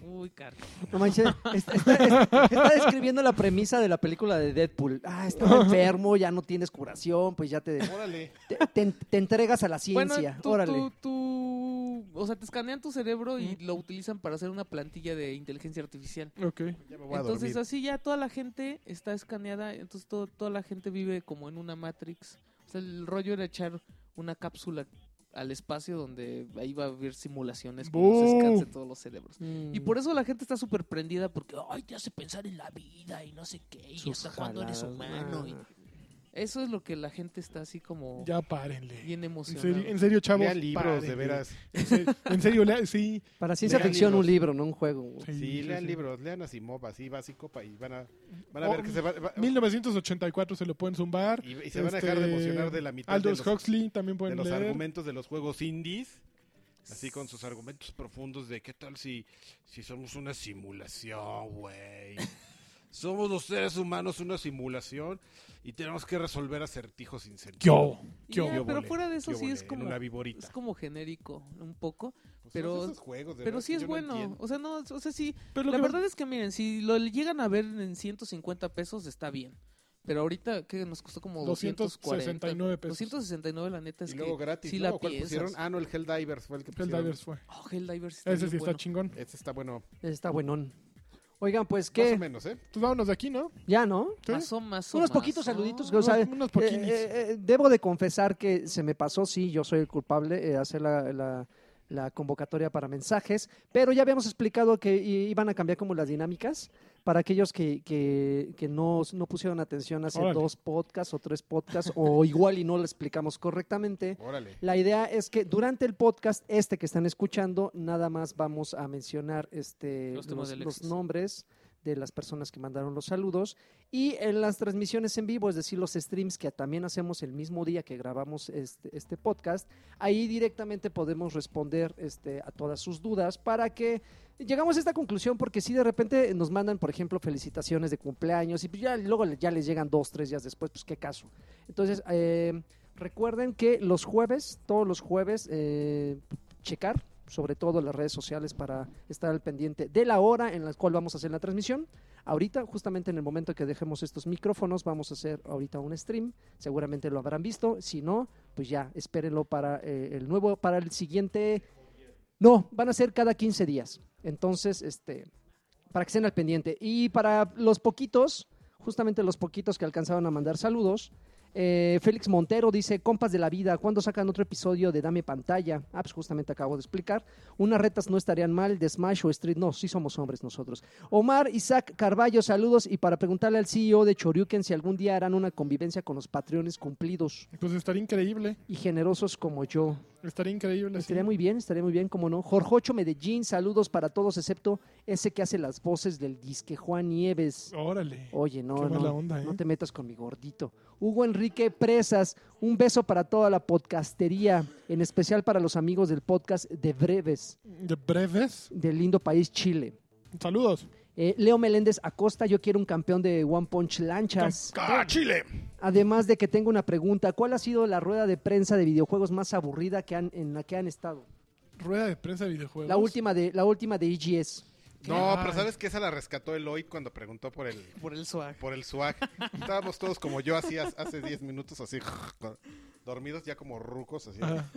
Uy, Carlos. No manches, está, está- está- está describiendo la premisa de la película de Deadpool. Ah, estaba enfermo, ya no tienes curación, pues ya te, Órale. te, te- te entregas a la ciencia. tú, Órale. tú- tú- o sea, te escanean tu cerebro y lo utilizan para hacer una plantilla de inteligencia artificial. Ok. Ya me voy a Entonces dormir. así ya toda la gente está escaneada, entonces todo- toda la gente vive como en una Matrix. O sea, el rollo era echar una cápsula al espacio donde ahí va a haber simulaciones con los ¡Bú! scans de todos los cerebros. Y Mm. por eso la gente está súper prendida porque, ay, te hace pensar en la vida y no sé qué, y hasta cuando eres jaladas, humano. y- ah. Eso es lo que la gente está así como Ya párenle. bien En emocionada. serio, en serio, chavos. Lean libros, párenle. de veras. En serio, en serio, lea- sí. Para ciencia Lean ficción, libros. un libro, no un juego. güey. Sí, lean sí. libros, lean Asimov, así básico, pa- y van a, van a Oh, ver que se va, va- 1984 se lo pueden zumbar. y, y se van a dejar de Este, emocionar de la mitad de Aldous los, Huxley también de pueden los leer. argumentos de los juegos indies, así con sus argumentos profundos de qué tal si, si somos una simulación, güey. Somos los seres humanos una simulación y tenemos que resolver acertijos sin sentido. Yo. Y Yo. ya, Yo pero volé, fuera de eso yo sí es volé en como, una viborita. es como genérico un poco. Pues pero- son esos juegos, de Pero verdad, sí que es yo no bueno. entiendo. O sea, no, o sea, sí. Pero lo la que- verdad es que miren, si lo llegan a ver en 150 pesos está bien. Pero ahorita que nos costó como 240. 269 pesos. 269 la neta es y luego que gratis, sí ¿no? la ¿Cuál piensas. pusieron? Ah, no, el Helldivers fue el que pusieron. Helldivers fue. Oh, Helldivers está Ese bien sí está bueno. chingón. Este está bueno, Está buenón. Oigan, pues más o qué, menos, ¿eh? Pues vámonos de aquí, ¿no? ya, ¿no? ¿Sí? Masó, masó, Unos poquitos masó. saluditos. Unos- o sea, unos poquinis. eh, eh, eh, debo de confesar que se me pasó, sí, yo soy el culpable, eh, hacer la, la- la convocatoria para mensajes, pero ya habíamos explicado que i- iban a cambiar como las dinámicas para aquellos que, que- que no, no pusieron atención hace Órale. dos podcasts o tres podcasts, o igual y no lo explicamos correctamente. Órale. La idea es que durante el podcast, este que están escuchando, nada más vamos a mencionar este, Los temas de Alexis. nombres de las personas que mandaron los saludos. Y en las transmisiones en vivo, es decir, los streams que también hacemos el mismo día que grabamos este, este podcast, ahí directamente podemos responder este, a todas sus dudas para que llegamos a esta conclusión porque si de repente nos mandan, por ejemplo, felicitaciones de cumpleaños y pues ya luego le- ya les llegan dos, tres días después, pues qué caso. Entonces, eh, recuerden que los jueves, todos los jueves, eh, checar sobre todo las redes sociales para estar al pendiente de la hora en la cual vamos a hacer la transmisión. Ahorita, justamente en el momento que dejemos estos micrófonos, vamos a hacer ahorita un stream. Seguramente lo habrán visto. Si no, pues ya espérenlo para eh, el nuevo, para el siguiente no, van a ser cada 15 días. Entonces, este, para que estén al pendiente. Y para los poquitos, justamente los poquitos que alcanzaron a mandar saludos, eh, Félix Montero dice, compas de la vida, ¿cuándo sacan otro episodio de Dame Pantalla? Ah, pues justamente acabo de explicar. Unas retas no estarían mal, de Smash o Street, no, sí somos hombres nosotros. Omar Isaac Carballo, saludos. Y para preguntarle al CEO de Choryuken si algún día harán una convivencia con los patreones cumplidos Pues estaría increíble. y generosos como yo. Estaría increíble. Pues sí. Estaría muy bien, estaría muy bien, como no. Jorjocho Medellín, saludos para todos, excepto ese que hace las voces del disque Juan Nieves. Órale. Oye, no, Qué no, mala onda, ¿eh? no te metas con mi gordito. Hugo Enrique Presas, un beso para toda la podcastería, en especial para los amigos del podcast de Breves, De breves. del lindo país Chile. Saludos. Eh, Leo Meléndez Acosta, yo quiero un campeón de One Punch Lanchas. ¡Ah, Chile! Además de que tengo una pregunta, ¿cuál ha sido la rueda de prensa de videojuegos más aburrida que han, en la que han estado? Rueda de prensa de videojuegos. La última de, la última de E EGS. No, Ay. pero ¿sabes que Esa la rescató Eloy cuando preguntó por el, Por el swag. por el swag. Estábamos todos como yo así hace- hace 10 minutos, así, con- dormidos ya como rucos, así. Ajá.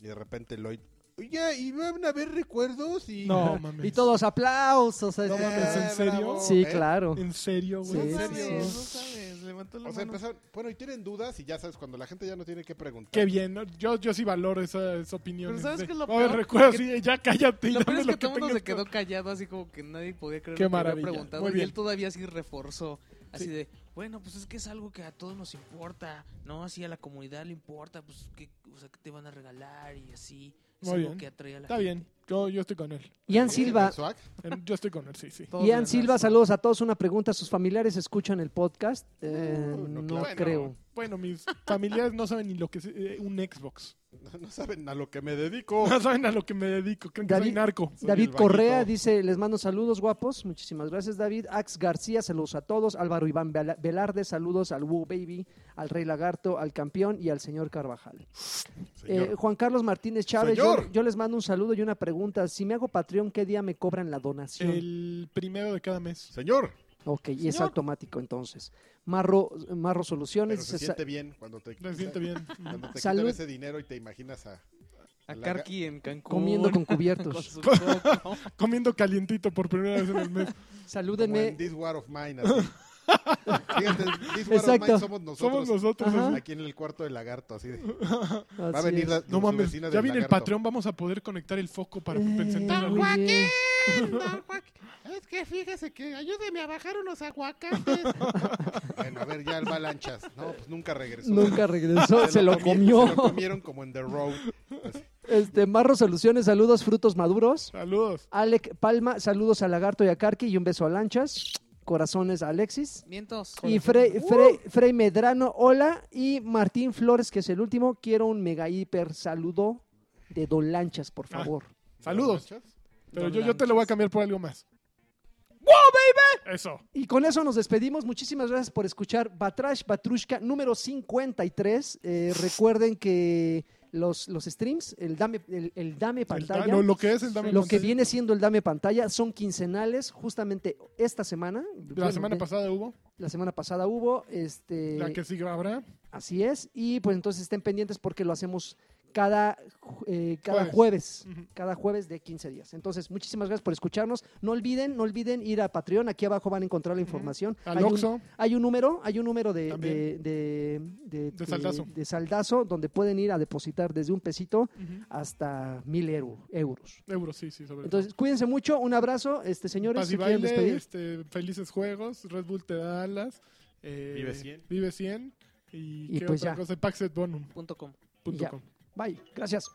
Y de repente Eloy, oye, ¿y van a haber recuerdos? Y... No, mames. Y todos aplausos. No mames, ¿en serio? Sí, ¿Eh? claro. ¿En serio, Sí, No güey? sí, sabes, sí. no sabes. Levantó la O sea, mano. empezaron, bueno, y tienen dudas y ya sabes, cuando la gente ya no tiene que preguntar. Qué bien, ¿no? yo, yo sí valoro esa, esa opinión. Pero ¿sabes de- qué es lo A ver, peor? recuerda, Que- sí, ya cállate. y Lo peor dame es que, todo el mundo tengas se quedó callado, así como que nadie podía creer Qué lo que había maravilla. preguntado. Muy Y bien. él todavía así reforzó, así Sí. de, bueno, pues es que es algo que a todos nos importa, ¿no? Así a la comunidad le importa, pues, que, o sea, que te van a regalar y así. Es Muy algo bien. que atrae a la Está gente. bien, yo, yo estoy con él. Ian ¿Sí? Silva. ¿El swag? En- Yo estoy con él, sí, sí. Todos Ian ganaron. Silva, saludos a todos. Una pregunta, ¿sus familiares escuchan el podcast? Eh, Uh, no no, claro. creo. Bueno, mis familiares no saben ni lo que es eh, un Xbox. No, no saben a lo que me dedico. No saben a lo que me dedico, creen que soy David- narco. Soy David el Correa vaquito. dice, les mando saludos guapos. Muchísimas gracias, David. Ax García, saludos a todos. Álvaro Iván Vela- Velarde, saludos al Woo Baby, al Rey Lagarto, al Campeón y al señor Carvajal. Señor. Eh, Juan Carlos Martínez Chávez, Señor. yo, yo les mando un saludo y una pregunta. Si me hago Patreon, ¿qué día me cobran la donación? El primero de cada mes. Señor, Ok, y es Señor. automático entonces. Marro, Marro Soluciones pero se dice, "Sa- siente bien cuando te, Se siente bien. cuando te quitan Salud. ese dinero y te imaginas a... A La- Karki en Cancún. comiendo con con cubiertos. su coco. Comiendo calientito por primera vez en el mes. Como Salúdenme. en This War of Mine. así. Fíjate, This War Exacto. of Mine somos nosotros. Somos nosotros. Ajá. Aquí en el cuarto del lagarto, así de... Así Va a venir es. la, No su mames, vecina ya del viene el lagarto. Patreon, vamos a poder conectar el foco para Eh, presentar algo. muy bien. Es que fíjese que ayúdeme a bajar unos aguacates. Bueno, a ver, ya el Balanchas. No, pues nunca regresó. Nunca regresó, se lo comi- comió. Se lo comieron como en The Road. Este, Marro Soluciones, saludos, frutos maduros. Saludos. Alec Palma, saludos a Lagarto y a Carqui y un beso a Lanchas. Corazones a Alexis. Mientos. Y Frey, Frey- Frey Medrano, hola. Y Martín Flores, que es el último, quiero un mega hiper saludo de Don Lanchas, por favor. Saludos. ¿Balanchas? Pero yo, yo te lo voy a cambiar por algo más. ¡Wow, baby! Eso. Y con eso nos despedimos. Muchísimas gracias por escuchar Batrash Batrushka número 53. Eh, recuerden que los, los streams, el dame, el, el dame El pantalla, da- lo, lo que es el dame lo que pantalla. viene siendo el dame pantalla son quincenales, justamente esta semana. La Bueno, eh, semana de- pasada hubo, La semana pasada hubo. Este, la que sigue habrá. Así es. Y pues entonces estén pendientes porque lo hacemos cada, ju- eh, cada jueves. Ujú. Cada jueves de 15 días. Entonces, muchísimas gracias por escucharnos. No olviden, no olviden ir a Patreon. Aquí abajo van a encontrar la información. Al Hay un- Oxxo. hay un número, hay un número de, de, También. de, de- De saldazo. de saldazo donde pueden ir a depositar desde un pesito hasta mil euro- euros. Euros, sí, sí, sobre Entonces, cuídense mucho, un abrazo, este todo. señores, Paz y si quieren baile, despedir. este, felices juegos, Red Bull te da alas. eh, Vive 100. Vive 100. Y, Y qué pues otra ya. cosa, Paxet Bonum. Punto com. punto Ya. com. Bye, gracias.